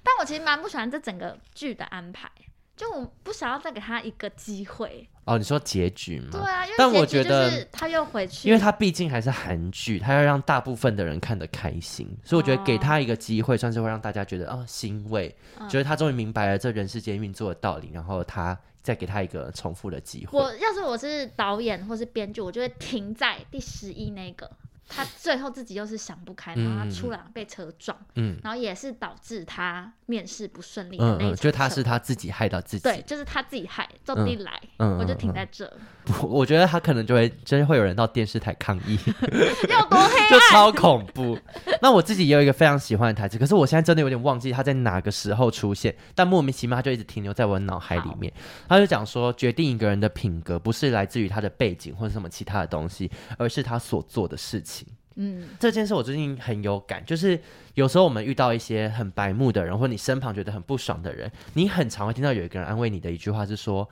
但我其实蛮不喜欢这整个剧的安排，就我不想要再给她一个机会。
哦，你说结局吗？
对啊，因为
但
结
我
局
觉
就
得
是他又回去，
因为它毕竟还是韩剧，它要让大部分的人看得开心，所以我觉得给
哦
他一个机会，算是会让大家觉得啊、欣慰，
嗯
觉得他终于明白了这人世间运作的道理，然后他再给他一个重复的机会。
我要是我是导演或是编剧，我就会停在第十一那个，他最后自己又是想不开，然后他出来被车撞，
嗯
然后也是导致他面试不顺利的
嗯
那一
嗯，
场
就他是
车
他自己害到自己，
对，就是他自己害，种地来，
嗯嗯
我就停在这，
我我觉得他可能就会真会有人到电视台抗议，
有多 黑？
就超恐怖。那我自己也有一个非常喜欢的台词，可是我现在真的有点忘记他在哪个时候出现，但莫名其妙他就一直停留在我脑海里面。他就讲说，决定一个人的品格不是来自于他的背景或者什么其他的东西，而是他所做的事情。
嗯，
这件事我最近很有感，就是有时候我们遇到一些很白目的人，或你身旁觉得很不爽的人，你很常会听到有一个人安慰你的一句话是说，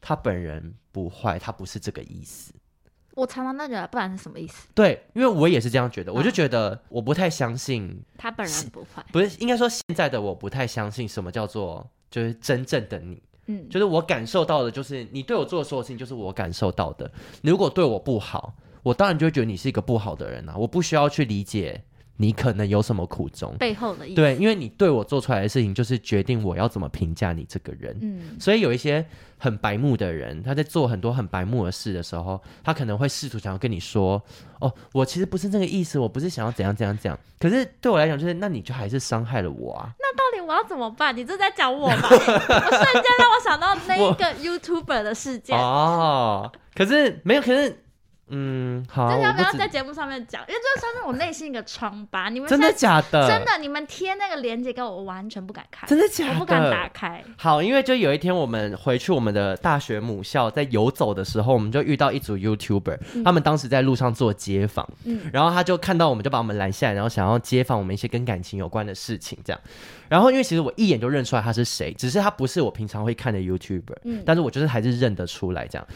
他本人不坏，他不是这个意思。
我常常都觉得，不然是什么意思？
对，因为我也是这样觉得，我就觉得我不太相信，
他本人不坏，
不是应该说现在的我不太相信什么叫做就是真正的你，
嗯，
就是我感受到的，就是你对我做的所有事情，就是我感受到的。你如果对我不好，我当然就会觉得你是一个不好的人啊，我不需要去理解你可能有什么苦衷。
背后的意思，
对，因为你对我做出来的事情，就是决定我要怎么评价你这个人。
嗯，
所以有一些很白目的人，他在做很多很白目的事的时候，他可能会试图想要跟你说：“哦，我其实不是这个意思，我不是想要怎样怎样怎样。”可是对我来讲，就是那你就还是伤害了我啊！
那到底我要怎么办？你这是在讲 我吧？我瞬间让我想到那一个 YouTuber 的事件。
哦，可是没有，可是嗯，好啊，
就是要
我
不要
不
在
知
节目上面讲？因为这算是我内心一个疮 疤。你们
真的
现
假的？
在真的，你们贴那个链接给我，我完全不敢看，
真的假的？
我不敢打开。
好，因为就有一天我们回去我们的大学母校，在游走的时候，我们就遇到一组 YouTuber，、他们当时在路上做街访，
嗯
然后他就看到我们就把我们拦下来，然后想要街访我们一些跟感情有关的事情，这样。然后因为其实我一眼就认出来他是谁，只是他不是我平常会看的 YouTuber，、
嗯
但是我就是还是认得出来这样。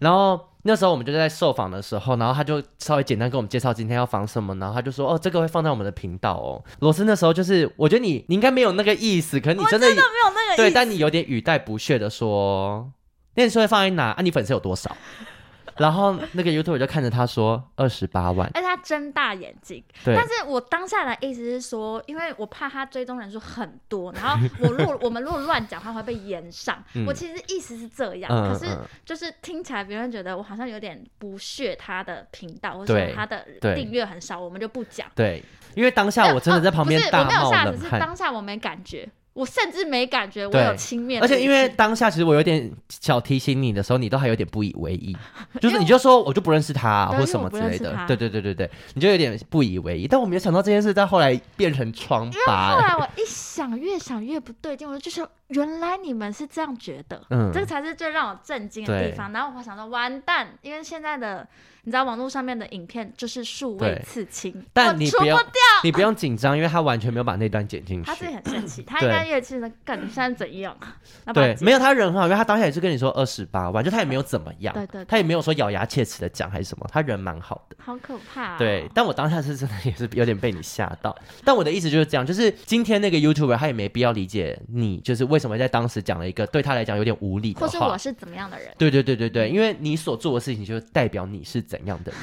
然后那时候我们就在受访的时候，然后他就稍微简单跟我们介绍今天要访什么，然后他就说：“哦，这个会放在我们的频道哦。”罗斯那时候就是，我觉得你你应该没有那个意思，可是你
我
真
哦真
的
的没有那个
对，
意思。
但你有点语带不屑的说，那你说会放在哪？啊，你粉丝有多少？ 然后那个 YouTube 就看着他说二十八万，
而且他睁大眼睛，
对
但是我当下的意思是说，因为我怕他追踪人数很多，然后 我如果我们如果乱讲话会被延上。
嗯
我其实意思是这样，
嗯
可是
嗯
就是听起来别人觉得我好像有点不屑他的频道，或
对
者他的
对
订阅很少，我们就不讲。
对，因为当下我真的在旁边
没有
大
呃不是
冒
我没有吓，
冷
只是
汗，
当下我没感觉。我甚至没感觉我
对
有轻蔑的意思，
而且因为当下其实我有点小提醒你的时候，你都还有点不以为 意，就是你就说我就不认识他
对
或什么之类
因为我不认
的
识他，
对对对对对，你就有点不以为意。但我没有想到这件事在后来变成疮疤、
后
欸
来我一想，越想越不对劲，我就觉得原来你们是这样觉得，
嗯
这个才是最让我震惊的地方。然后我想说，完蛋，因为现在的你知道网络上面的影片就是数位
对
刺青，我
但你
除
不
不
要嗯
掉，
你不用紧张，因为他完全没有把那段剪进去
他。自己很生气，他应该越气的更现在怎样？那把它
对，
剪
没有他人很好，因为他当下也是跟你说二十八万，就他也没有怎么样，
对对对
他也没有说咬牙切齿的讲还是什么，他人蛮好的。
好可怕、哦。
对，，但我当下是真的也是有点被你吓到。但我的意思就是这样，就是今天那个 YouTuber 他也没必要理解你，就是为什么在当时讲了一个对他来讲有点无理
或
的
是我
话。
是怎么样的人？嗯
对对对对对，因为你所做的事情就代表你是怎样的人。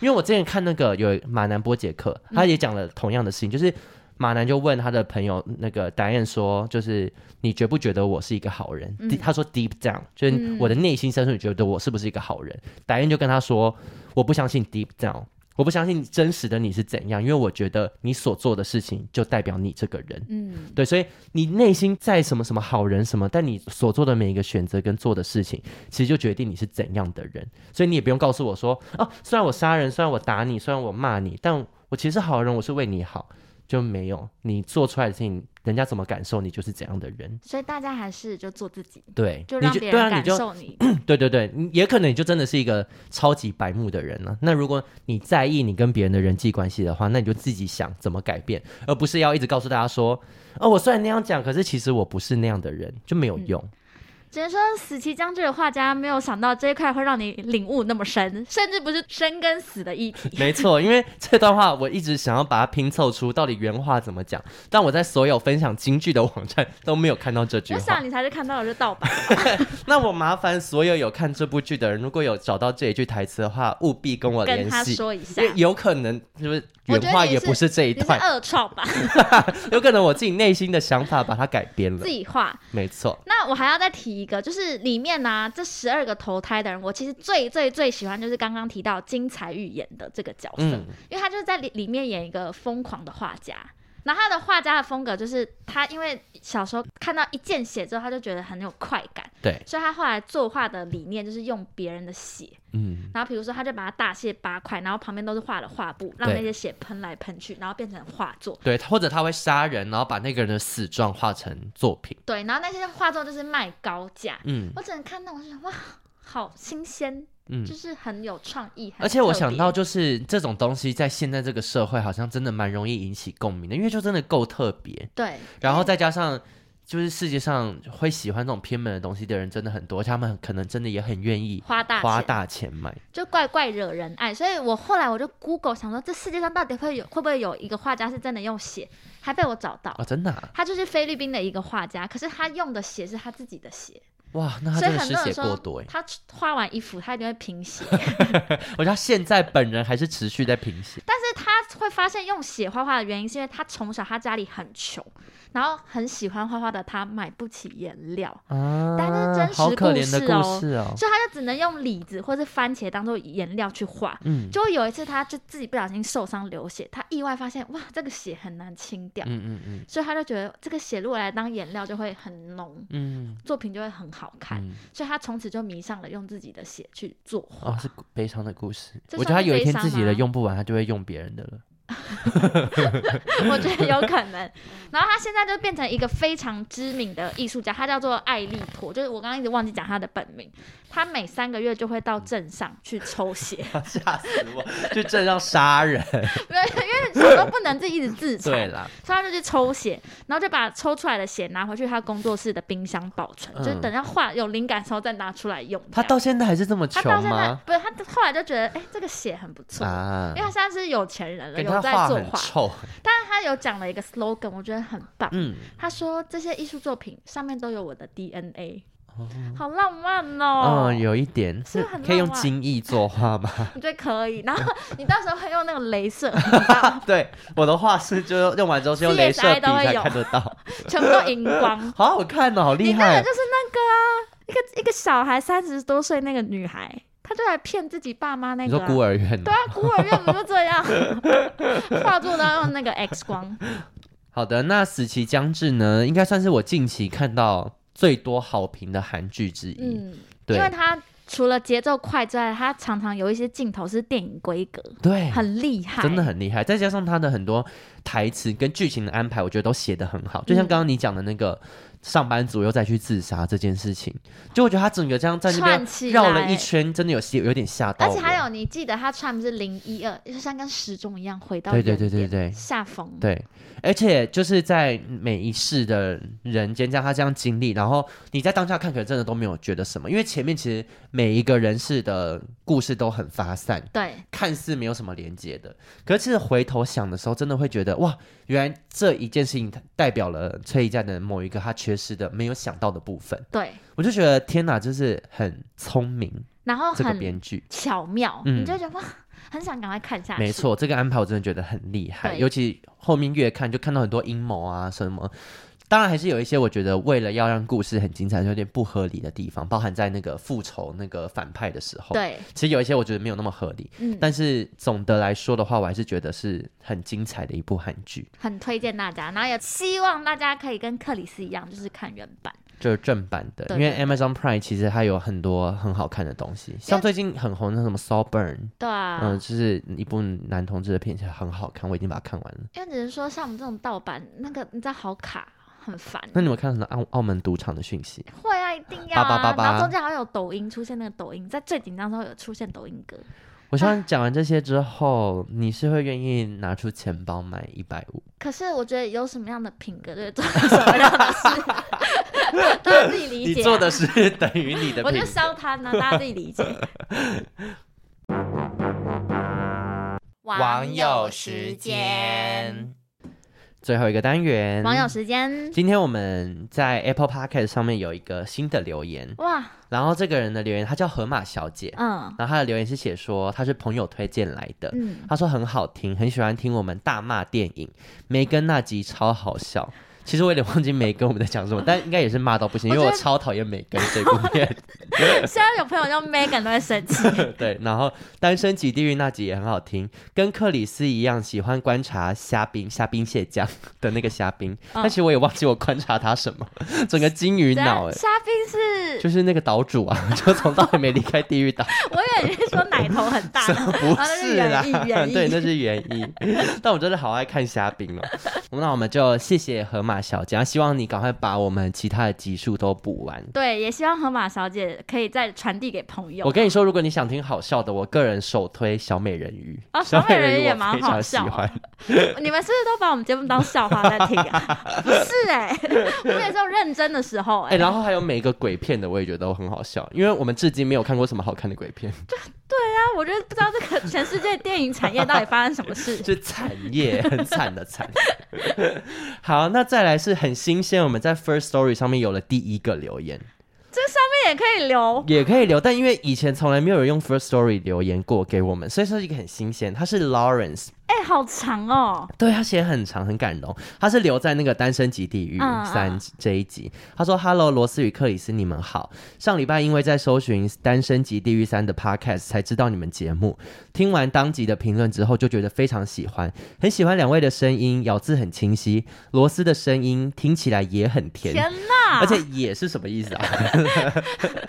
因为我之前看那个有马南波杰克，他也讲了同样的事情，就是马南就问他的朋友那个达燕说，就是你觉不觉得我是一个好人？
嗯
Deep- 他说 deep down，就是我的内心深处，你觉得我是不是一个好人？达燕就跟他说，我不相信 deep down。我不相信真实的你是怎样，因为我觉得你所做的事情就代表你这个人。
嗯，
对，所以你内心在什么什么好人什么，但你所做的每一个选择跟做的事情，其实就决定你是怎样的人。所以你也不用告诉我说，哦，虽然我杀人，虽然我打你，虽然我骂你，但我其实是好人，我是为你好，就没有你做出来的事情，人家怎么感受你就是怎样的人。
所以大家还是就做自己，
对，
就
你
让
就
别
对啊，
人
你
感
就
受你。
对对对，你也可能你就真的是一个超级白目的人了、啊那如果你在意你跟别人的人际关系的话，那你就自己想怎么改变，而不是要一直告诉大家说，哦，我虽然那样讲，可是其实我不是那样的人，就没
嗯
有用。
只能说死期将至的画家没有想到这一块会让你领悟那么深，甚至不是生跟死的议题。
没错，因为这段话我一直想要把它拼凑出到底原话怎么讲，但我在所有分享京剧的网站都没有看到这句
我
话。
想你才是看到的是盗版，
那我麻烦所有有看这部剧的人，如果有找到这一句台词的话，务必跟我
跟
联
他
系。
说一下
因为，有可能就是
我
原
觉得
话
你
也
是
不是这一
你是
段，
恶创吧，
有可能我自己内心的想法把它改编了
自。己画。
没错，
那我还要再提一个，就是里面呢、这十二个投胎的人，我其实最最最喜欢就是刚刚提到金彩玉演的这个角色，
嗯
因为他就是在里里面演一个疯狂的画家。然后他的画家的风格就是他，因为小时候看到一见血之后，他就觉得很有快感，
对，
所以他后来作画的理念就是用别人的血，
嗯，
然后比如说他就把它大卸八块，然后旁边都是画的画布，让
对
那些血喷来喷去，然后变成画作。
对，或者他会杀人，然后把那个人的死状画成作品。
对，然后那些画作就是卖高价。
嗯
我只能看到，我就想哇，好新鲜，
嗯
就，是很有创意。很
而且我
特
想
别
到，就是这种东西在现在这个社会，好像真的蛮容易引起共鸣的，因为就真的够特别，
对，
然后再加上。就是世界上会喜欢这种偏门的东西的人真的很多，他们可能真的也很愿意
花大
花
钱
大钱买。
就怪怪惹人爱，所以我后来我就 Google 想说，这世界上到底会有会不会有一个画家是真的用血，还被我找到。
哦，真的啊、
他就是菲律宾的一个画家，可是他用的血是他自己的血，
哇，那他
所以
真的
很
失
多人
血过
说
多哎！
他画完一幅他一定会贫血，
我觉得他现在本人还是持续在贫血。
但是他会发现用血画画的原因，是因为他从小他家里很穷，然后很喜欢画画的他买不起颜料，
啊，
但是真实
好可
故
怜的
事
故
哦
事哦。
所以他就只能用李子或是番茄当做颜料去画。
嗯
就有一次，他就自己不小心受伤流血，他意外发现哇，这个血很难清掉，
嗯嗯嗯
所以他就觉得这个血如果来当颜料就会很浓，
嗯
作品就会很好看，
嗯，
所以他从此就迷上了用自己的血去作画。
哦，是故悲伤的故事。
这
我觉得他
算是
有一
悲
天
伤
自己的
吗
用不完，他就会用别人的了。
我觉得有可能。然后他现在就变成一个非常知名的艺术家，他叫做艾利托，就是我刚刚一直忘记讲他的本名。他每三个月就会到镇上去抽血，
吓死我！就真要杀 人。
没有因为什么都不能自己一直
对
自残，
啦，
所以他就去抽血，然后就把抽出来的血拿回去他工作室的冰箱保存，
嗯
就是等到画有灵感的时候再拿出来用。
他
这
到
样
现在还是这么
他
穷
到现在
吗？
不是他后来就觉得，哎、这个血很不错。
啊
因为，他现在是有钱人了，
跟
有
他
在
画
作
很
画，
臭。
但是他有讲了一个 slogan，我觉得很棒。
嗯，
他说这些艺术作品上面都有我的 DNA，、好浪漫哦、
哦，有一点
是不是很啊
可以用
浪漫
精益作画吗？
我觉得可以。然后你到时候会用那个镭射， 你知道
对，我的画是就用完之后是用镭射
CSI
笔
都会
才
有
看得到，
全部都荧光。
好好看哦，好厉
你那个
害
就！是那个啊，一个一个小孩三十多岁那个女孩，她就来骗自己爸妈那
你
个、
说孤
啊。
儿院吗哦
对？啊，孤儿院不就这样？画作都要用那个 X 光，
好的，那《死期将至》呢，应该算是我近期看到最多好评的韩剧之一。
嗯，因为
对
它除了节奏快之外，它常常有一些镜头是电影规格，
对，
很厉害，
真的很厉害。再加上他的很多台词跟剧情的安排，我觉得都写得很好。就
嗯
像刚刚你讲的那个上班族又再去自杀这件事情，就我觉得他整个这样在那
串起
边绕了
来
一圈，真的有些有点吓到
而
我。
且还有，你记得他串不是零一二，就像跟时钟一样回到
对对
原
对对
点
对
下风，
对，而且就是在每一世的人间，像他这样经历，然后你在当下看，可能真的都没有觉得什么，因为前面其实每一个人世的故事都很发散，
对
看似没有什么连接的，可是其实回头想的时候，真的会觉得哇，原来这一件事情它代表了崔一战的某一个他缺失的、没有想到的部分。
对，
我就觉得天哪，就是很聪明
然后
这个
哦很
编剧，
巧妙，
嗯
你就觉得哇，很想赶快看下去。
没，错，这个安排我真的觉得很厉害，
对
尤其后面越看就看到很多阴谋啊什么。当然还是有一些我觉得为了要让故事很精彩，有点不合理的地方，包含在那个复仇那个反派的时候。，
对，
其实有一些我觉得没有那么合理，
嗯，
但是总的来说的话，我还是觉得是很精彩的一部韩剧，
很推荐大家，然后也希望大家可以跟克里斯一样，就是看原版。
就是正版的。
对
因为
对
Amazon Prime 其实它有很多很好看的东西，像最近很红的什么《Saw Burn》，
对啊，
嗯，就是一部男同志的片，其实很好看，我已经把它看完了。
因为只是说像我们这种盗版，那个你知道好卡，很烦。
那你们看什么澳澳门赌场的讯息？
会啊，一定要啊！
八八八八
然后中间好像有抖音出现，那个抖音在最紧张的时候有出现抖音歌，
我希望讲完这些之后，你是会愿意拿出钱包买一百五？
可是我觉得有什么样的品格就会做 什么样的事，大家自己理
你
解、啊。
做的是等于你的
我
品
就。烧摊呢、大家自己理解。
网友时间，
最后一个单元，
网友时间，
今天我们在 Apple Podcast 上面有一个新的留言，
哇，
然后这个人的留言，她叫河马小姐，
嗯
然后她的留言是写说她是朋友推荐来的，
嗯，
她说很好听，很喜欢听我们大骂电影，梅根那集超好笑。其实我有点忘记梅根我们在讲什 么，但应该也是骂到不行，因为
我
我
觉得
超讨厌梅根这部片。
虽然有朋友叫 Megan 都会生气，
对，然后《单身级地狱》那集也很好听，跟克里斯一样喜欢观察虾兵、虾兵蟹将的那个虾兵，
哦
但其实我也忘记我观察他什么，整个金鱼
等
脑
下
哎、
虾兵 是，
就是那个岛主啊， 就从到尾没离开地狱岛，
我以为你是说奶头很大，
什
然
么
后
不
那
是啦
园艺，园 艺，
对，那是原因。但我真的好爱看虾兵哦。 那我们就谢谢河马小姐，啊希望你赶快把我们其他的集数都补完。
对，也希望河马小姐可以再传递给朋友
我。跟你说，如果你想听好笑的，我个人首推小美人鱼。
哦
小
小美人鱼
人
也
我
蛮
非
好
常喜
笑的
欢。
哦你们是不是都把我们节目当笑话在听啊？不是 哎、我们也是有认真的时候哎、
哎、然后还有每一个鬼片的，我也觉得都很好笑，因为我们至今没有看过什么好看的鬼片，
啊，我就不知道这个全世界电影产业到底发生什 么事。
是产业很惨的惨。 好，那再来是很新鲜，我们在 First Story 上面有了第一个留言，
这也可以留，
也可以留，但因为以前从来没有人用 First Story 留言过给我们，所以说是一个很新鲜。他是 Lawrence，
哎、好长哦。
对他写很长，很感动。他是留在那个《单身级地狱
嗯嗯
三》这一集，他说：“Hello，罗斯与克里斯，你们好。上礼拜因为在搜寻《单身级地狱三》的 Podcast 才知道你们节目，听完当集的评论之后就觉得非常喜欢，很喜欢两位的声音，咬字很清晰，罗斯的声音听起来也很甜。”
天呐！
而且也是什么意思啊？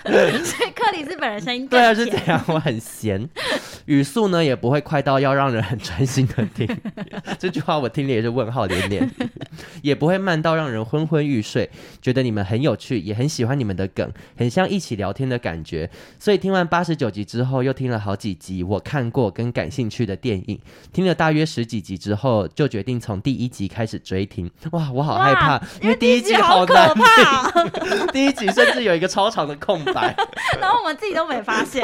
所以克里斯本人声音 更
对啊，是
甜
这样，我很闲，语速呢也不会快到要让人很专心的听。 这句话我听了也是问号连 连，也不会慢到让人昏昏欲睡，觉得你们很有趣，也很喜欢你们的梗，很像一起聊天的感觉。所以听完八十九集之后，又听了好几集我看过跟感兴趣的电影，听了大约十几集之后，就决定从第一集开始追听。哇，我好害
哇
怕，因为第一集
好可
难
怕 哦、
听， 第一集甚至有一个超长的空白。
然后我们自己都没发 现。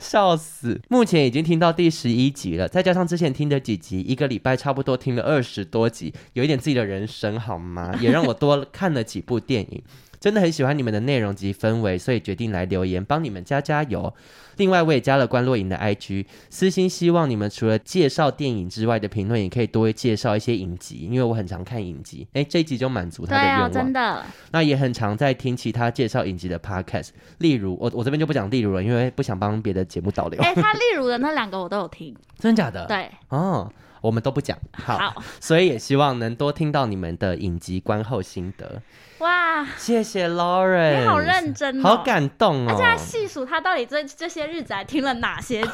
笑死！目前已经听到第十一集了，再加上之前听的几集，一个礼拜差不多听了二十多集，有一点自己的人生好吗？也让我多看了几部电影。真的很喜欢你们的内容及氛围，所以决定来留言帮你们加加油。另外，我也加了关洛影的 IG，私心希望你们除了介绍电影之外的评论，也可以多介绍一些影集，因为我很常看影集。诶，这一集就满足
对
他的愿
啊，
望。
真的，
那也很常在听其他介绍影集的 podcast，例如我我这边就不讲例如了，因为不想帮别的节目导流。
哎哎、他例如的那两个我都有听，
真的假的？
对，
哦，我们都不讲。好，
好
所以也希望能多听到你们的影集观后心得。
哇，
谢谢 Lauren，
你好认真哦
好感动哦。
而且他细数他到底这这些日子还听了哪些 集。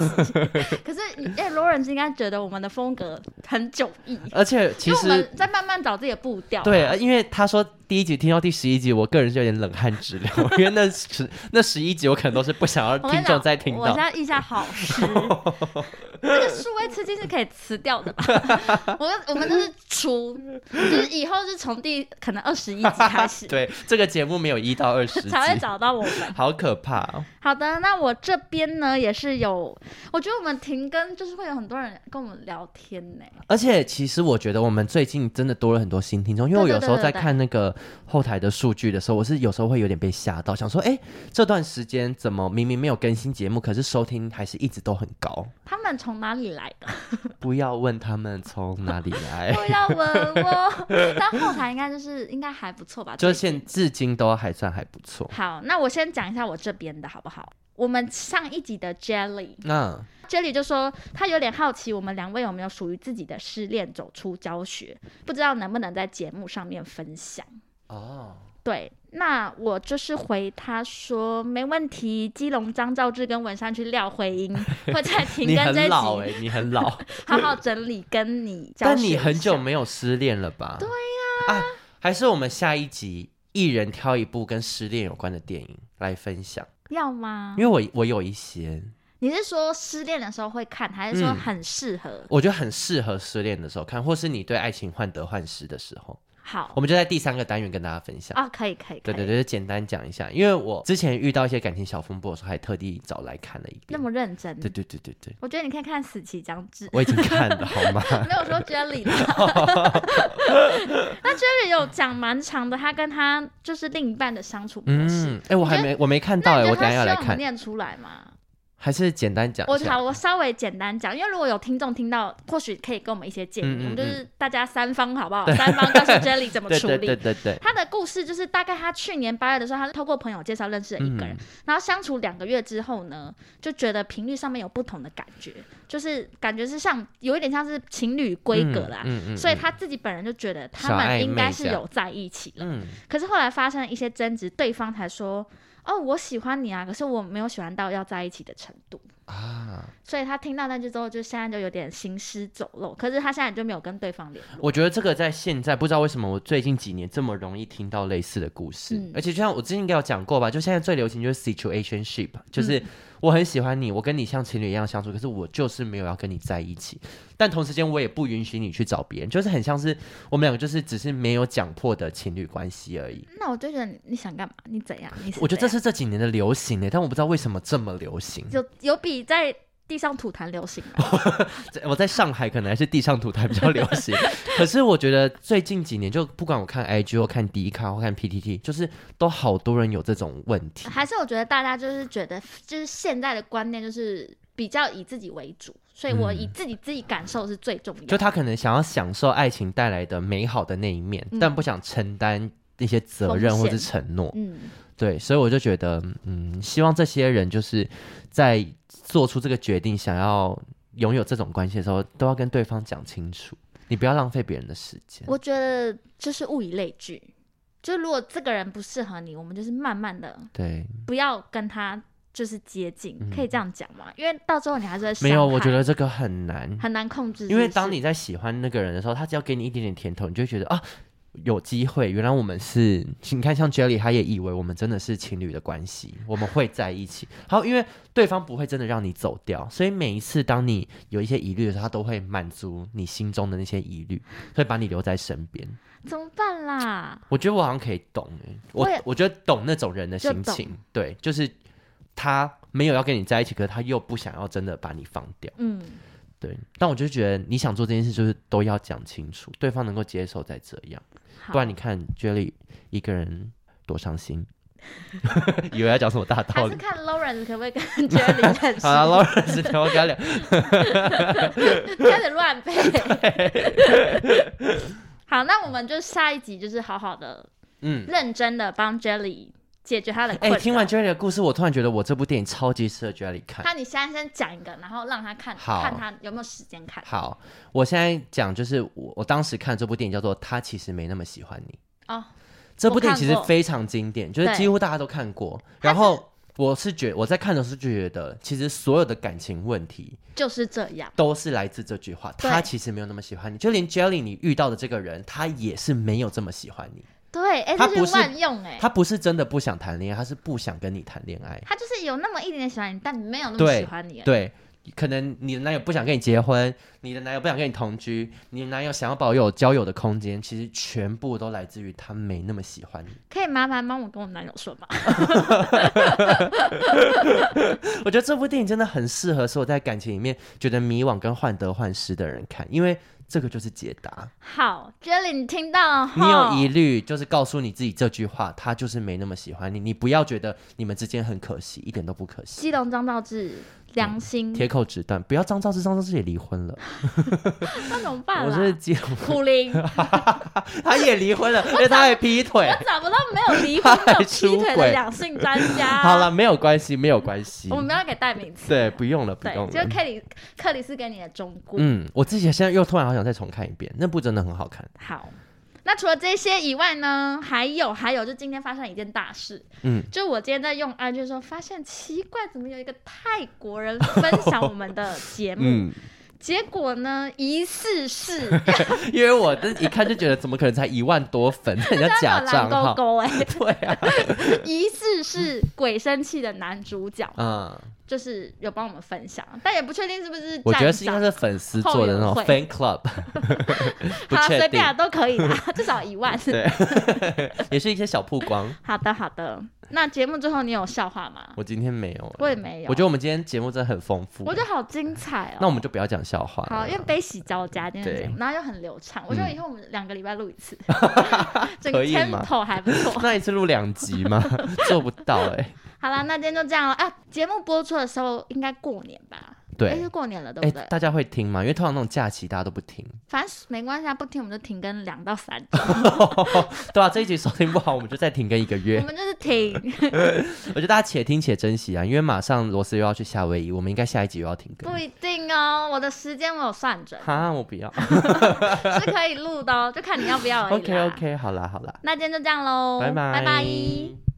可是，哎、罗 l a u r e n 应该觉得我们的风格很迥异，
而且其
因为我
实
们在慢慢找自己的步调、啊。
对，呃因为他说第一集听到第十一集，我个人就有点冷汗直 流，因为那十那十一集我可能都是不想要
我跟
听
你讲
众再听
我现
到。
在印象好 湿，那个数位吃鸡是可以辞掉的吧？ 我们我们就是除，就是以后是从第可能二十一集开始，
对，这个节目没有一到二十集，
才会找到我们。
好可怕、哦。
好的，那我这边呢也是有，我觉得我们停更就是会有很多人跟我们聊天呢、
而且其实我觉得我们最近真的多了很多新听众，因为我有时候在看那个后台的数据的时候，我是有时候会有点被吓到，想说，哎、这段时间怎么明明没有更新节目，可是收听还是一直都很高？
他们从哪里来 的？
不要问他们从哪里来，
不要问我。但后台应该就是应该还不错吧？
就
最近
现至今都还算还不错。
好，那我先讲一下我这边的好不好？我们上一集的 Jelly，
那
Jelly 就说他有点好奇我们两位有没有属于自己的失恋走出教学，不知道能不能在节目上面分享。
哦，
对，那我就是回他说没问题，基隆张兆志跟文山区廖慧 英会在停
你
更
很
这一集
老哎、你很老，
好好整理跟你教学
但
一下。
你很久没有失恋了吧？对呀、啊，还是我们下一集一人挑一部跟失恋有关的电影来分享，
要吗
因？为我我有一些。
你是说失恋的时候会看，还是说
嗯
很适合？
我觉得很适合失恋的时候看，或是你对爱情患得患失的时候，
好
我们就在第三个单元跟大家分享。
啊，可以可以，
对对
可以，
对，就简单讲一下，因为我之前遇到一些感情小风波的时候，还特地找来看了一
那
遍。
么嗯认真。
对对对对对，
我觉得你可以看死期将至。
我已经看了，好吗？
没有说 Jelly 啦。那 Jelly 有讲蛮长的，他跟他就是另一半的相处模式。
嗯，哎、我还没我没看到
那
哎、
你觉
我
得
等一
他
下要来
希望我们
看，
念出来吗？
还是啊简单讲
我
一下
好，。我稍微简单讲，因为如果有听众听到，或许可以给我们一些建议。
嗯嗯
我们就是大家三方好不好？三方告 诉 Jelly 怎么
对
处
对
理。
对对对，
他的故事就是大概他去年八月的时候，他是透过朋友介绍认识了一
嗯
个人，然后相处两个月之后呢，就觉得频率上面有不同的感觉，就是感觉是像有一点像是情侣规格啦，
嗯嗯
所以他自己本人就觉得他
小暧
们
昧
应该是
这样
有在一起了。
嗯，
可是后来发生一些争执，对方才说：“哦，我喜欢你啊，可是我没有喜欢到要在一起的程度。”
啊，
所以他听到那句之后，就现在就有点行尸走肉。可是他现在就没有跟对方联络。
我觉得这个在现在不知道为什么，我最近几年这么容易听到类似的故事，
嗯
而且就像我之前应该有讲过吧，就现在最流行就是 situationship，就是我很喜欢你，我跟你像情侣一样相处，可是我就是没有要跟你在一起，但同时间我也不允许你去找别人，就是很像是我们两个就是只是没有讲破的情侣关系而已。
那我就觉得你你想干嘛？你怎样？你
我觉得这
怎样
是这几年的流行欸诶、但我不知道为什么这么流行。
有有比在地上吐痰流行吗？
在我在上海可能还是地上土台比较流 行，可是我觉得最近几年，就不管我看 IG 或看 D 卡或看 PTT，就是都好多人有这种问题。
还是我觉得大家就是觉得，就是现在的观念就是比较以自己为主，所以我以自己、自己感受是最重要的。
嗯就他可能想要享受爱情带来的美好的那一面，
嗯
但不想承担一些责任
风
或是
险
承诺。
嗯，
对，所以我就觉得，嗯，希望这些人就是在做出这个决定，想要拥有这种关系的时候，都要跟对方讲清楚，你不要浪费别人的时间。
我觉得就是物以类聚，就如果这个人不适合你，我们就是慢慢的
对，
不要跟他就是接近，可以这样讲吗？因为到最后你还是会
嗯没有，
伤害
我觉得这个很难。
很难控制
因为
是不是
当你在喜欢那个人的时候，他只要给你一点点甜头，你就会觉得啊，有机会。原来我们是，你看像 Jelly，他也以为我们真的是情侣的关系，我们会在一起。好，因为对方不会真的让你走掉，所以每一次当你有一些疑虑的时候，他都会满足你心中的那些疑虑，会把你留在身边。
怎么办啦？
我觉得我好像可以懂欸，我
我也
我觉得懂那种人的心
就
情，对，就是他没有要跟你在一起，可是他又不想要真的把你放掉。
嗯，
对，但我就觉得你想做这件事，就是都要讲清楚，对方能够接受再这样，
好
不然你看 Jelly 一个人多伤心， 以为要讲什么大道
还是
理。
看 Lawrence 可不可以跟 Jerry 认识
好，了 l a u r e n 是我跟他聊。
开始乱 背。 好，那我们就下一集就是好好的、
嗯，
认真的帮 Jelly 解决他的
哎、
困扰。
听完 Jerry 的故事，我突然觉得我这部电影超级适合 Jerry 看。
他，你现在先讲一个，然后让他看
好
看他有没有时间看。
好，我现在讲就是我我当时看这部电影叫做《他其实没那么喜欢你》。
哦，
这部电影其实
我看过
非常经典，就是
对
几乎大家都看过。
它
然后我是觉我在看的时候就觉得，其实所有的感情问题
就是这样。
都是来自这句话。
对
他其实没有那么喜欢你，就连 Jelly 你遇到的这个人，他也是没有这么喜欢你。
对，哎、
他
这
不
句
是
万用哎、
他不是真的不想谈恋爱，他是不想跟你谈恋爱。
他就是有那么一点点喜欢你，但没有那么
对
喜欢你。
对，可能你的男友不想跟你结婚，你的男友不想跟你同居，你的男友想要保有交友的空间，其实全部都来自于他没那么喜欢你。
可以麻烦帮我跟我男友说吗？
我觉得这部电影真的很适合所有在感情里面觉得迷惘跟患得患失的人看，因为这个就是解答。
好，Jelly，你听到了
你有
吼
疑虑，就是告诉你自己这句话，他就是没那么喜欢你。你不要觉得你们之间很可惜，一点都不可惜。
基隆张兆志良心，
铁口直断，不要张兆志，张兆志也离婚了。
那怎么办
我
啦？
是基隆，
苦灵，
他也离婚了，而且他还劈腿。
找不到没有 离婚、没有劈腿
出
的
轨
两性专 家、
好了，，没有关系，没有关系
我。们不要给代名词。
对，不用了，不
对，
用
就是
了。
克里克里斯给你的忠告。
嗯，我自己现在又突然好想再重看一遍，那部真的很好看。
好，那除了这些以外呢，还有还有，就今天发生一件大事，
嗯，
就我今天在用 IG 的时候，发现奇怪，怎么有一个泰国人分享我们的节 目？
嗯，
结果呢，疑似是
因为我这一看就觉得，怎么可能才一万多 粉，人家假
蓝
账
勾
号？
勾哎、
对啊，
疑似是鬼生气的男主角，
嗯，
就是有帮我们分享，但也不确定是不是 站长。
我觉得是应该是粉丝做的那种
后
fan
援
club，不
好，随
确定
便、啊、，都可 以啦，至少一万。
对，也是一些小曝光。
好的，好的。那节目最后你有笑话吗？
我今天没有欸，
我也没有
我觉得我们今天节目真的很丰富，
我觉得好精彩哦。
那我们就不要讲笑话了。
好，因为悲喜交加今天的节目，然后又很流畅。我觉得以后我们两个礼拜录一 次，整个
嗯可以吗
tempo 还不 错。
那一次录两集 吗？做不到哎，
好啦，那今天就这样了啊。节目播出的时候应该过年吧？哎，
对
是。过年了，对
哎、
不对？
大家会听吗？因为通常那种假期大家都不听，
反正没关系，啊，不听我们就停更两 到三周，
对啊，这一集收听不好，我们就再停更一个
我
月。
们就是 停，
我觉得大家且听且珍惜啊，因为马上罗斯又要去夏威夷，我们应该下一集又要停更
不。一定哦。我的时间我有算准，
哈，我不要。
是可以录的哦，就看你要不要而已啦。
OK OK，好啦好啦，
那今天就这样喽，
拜拜
拜拜。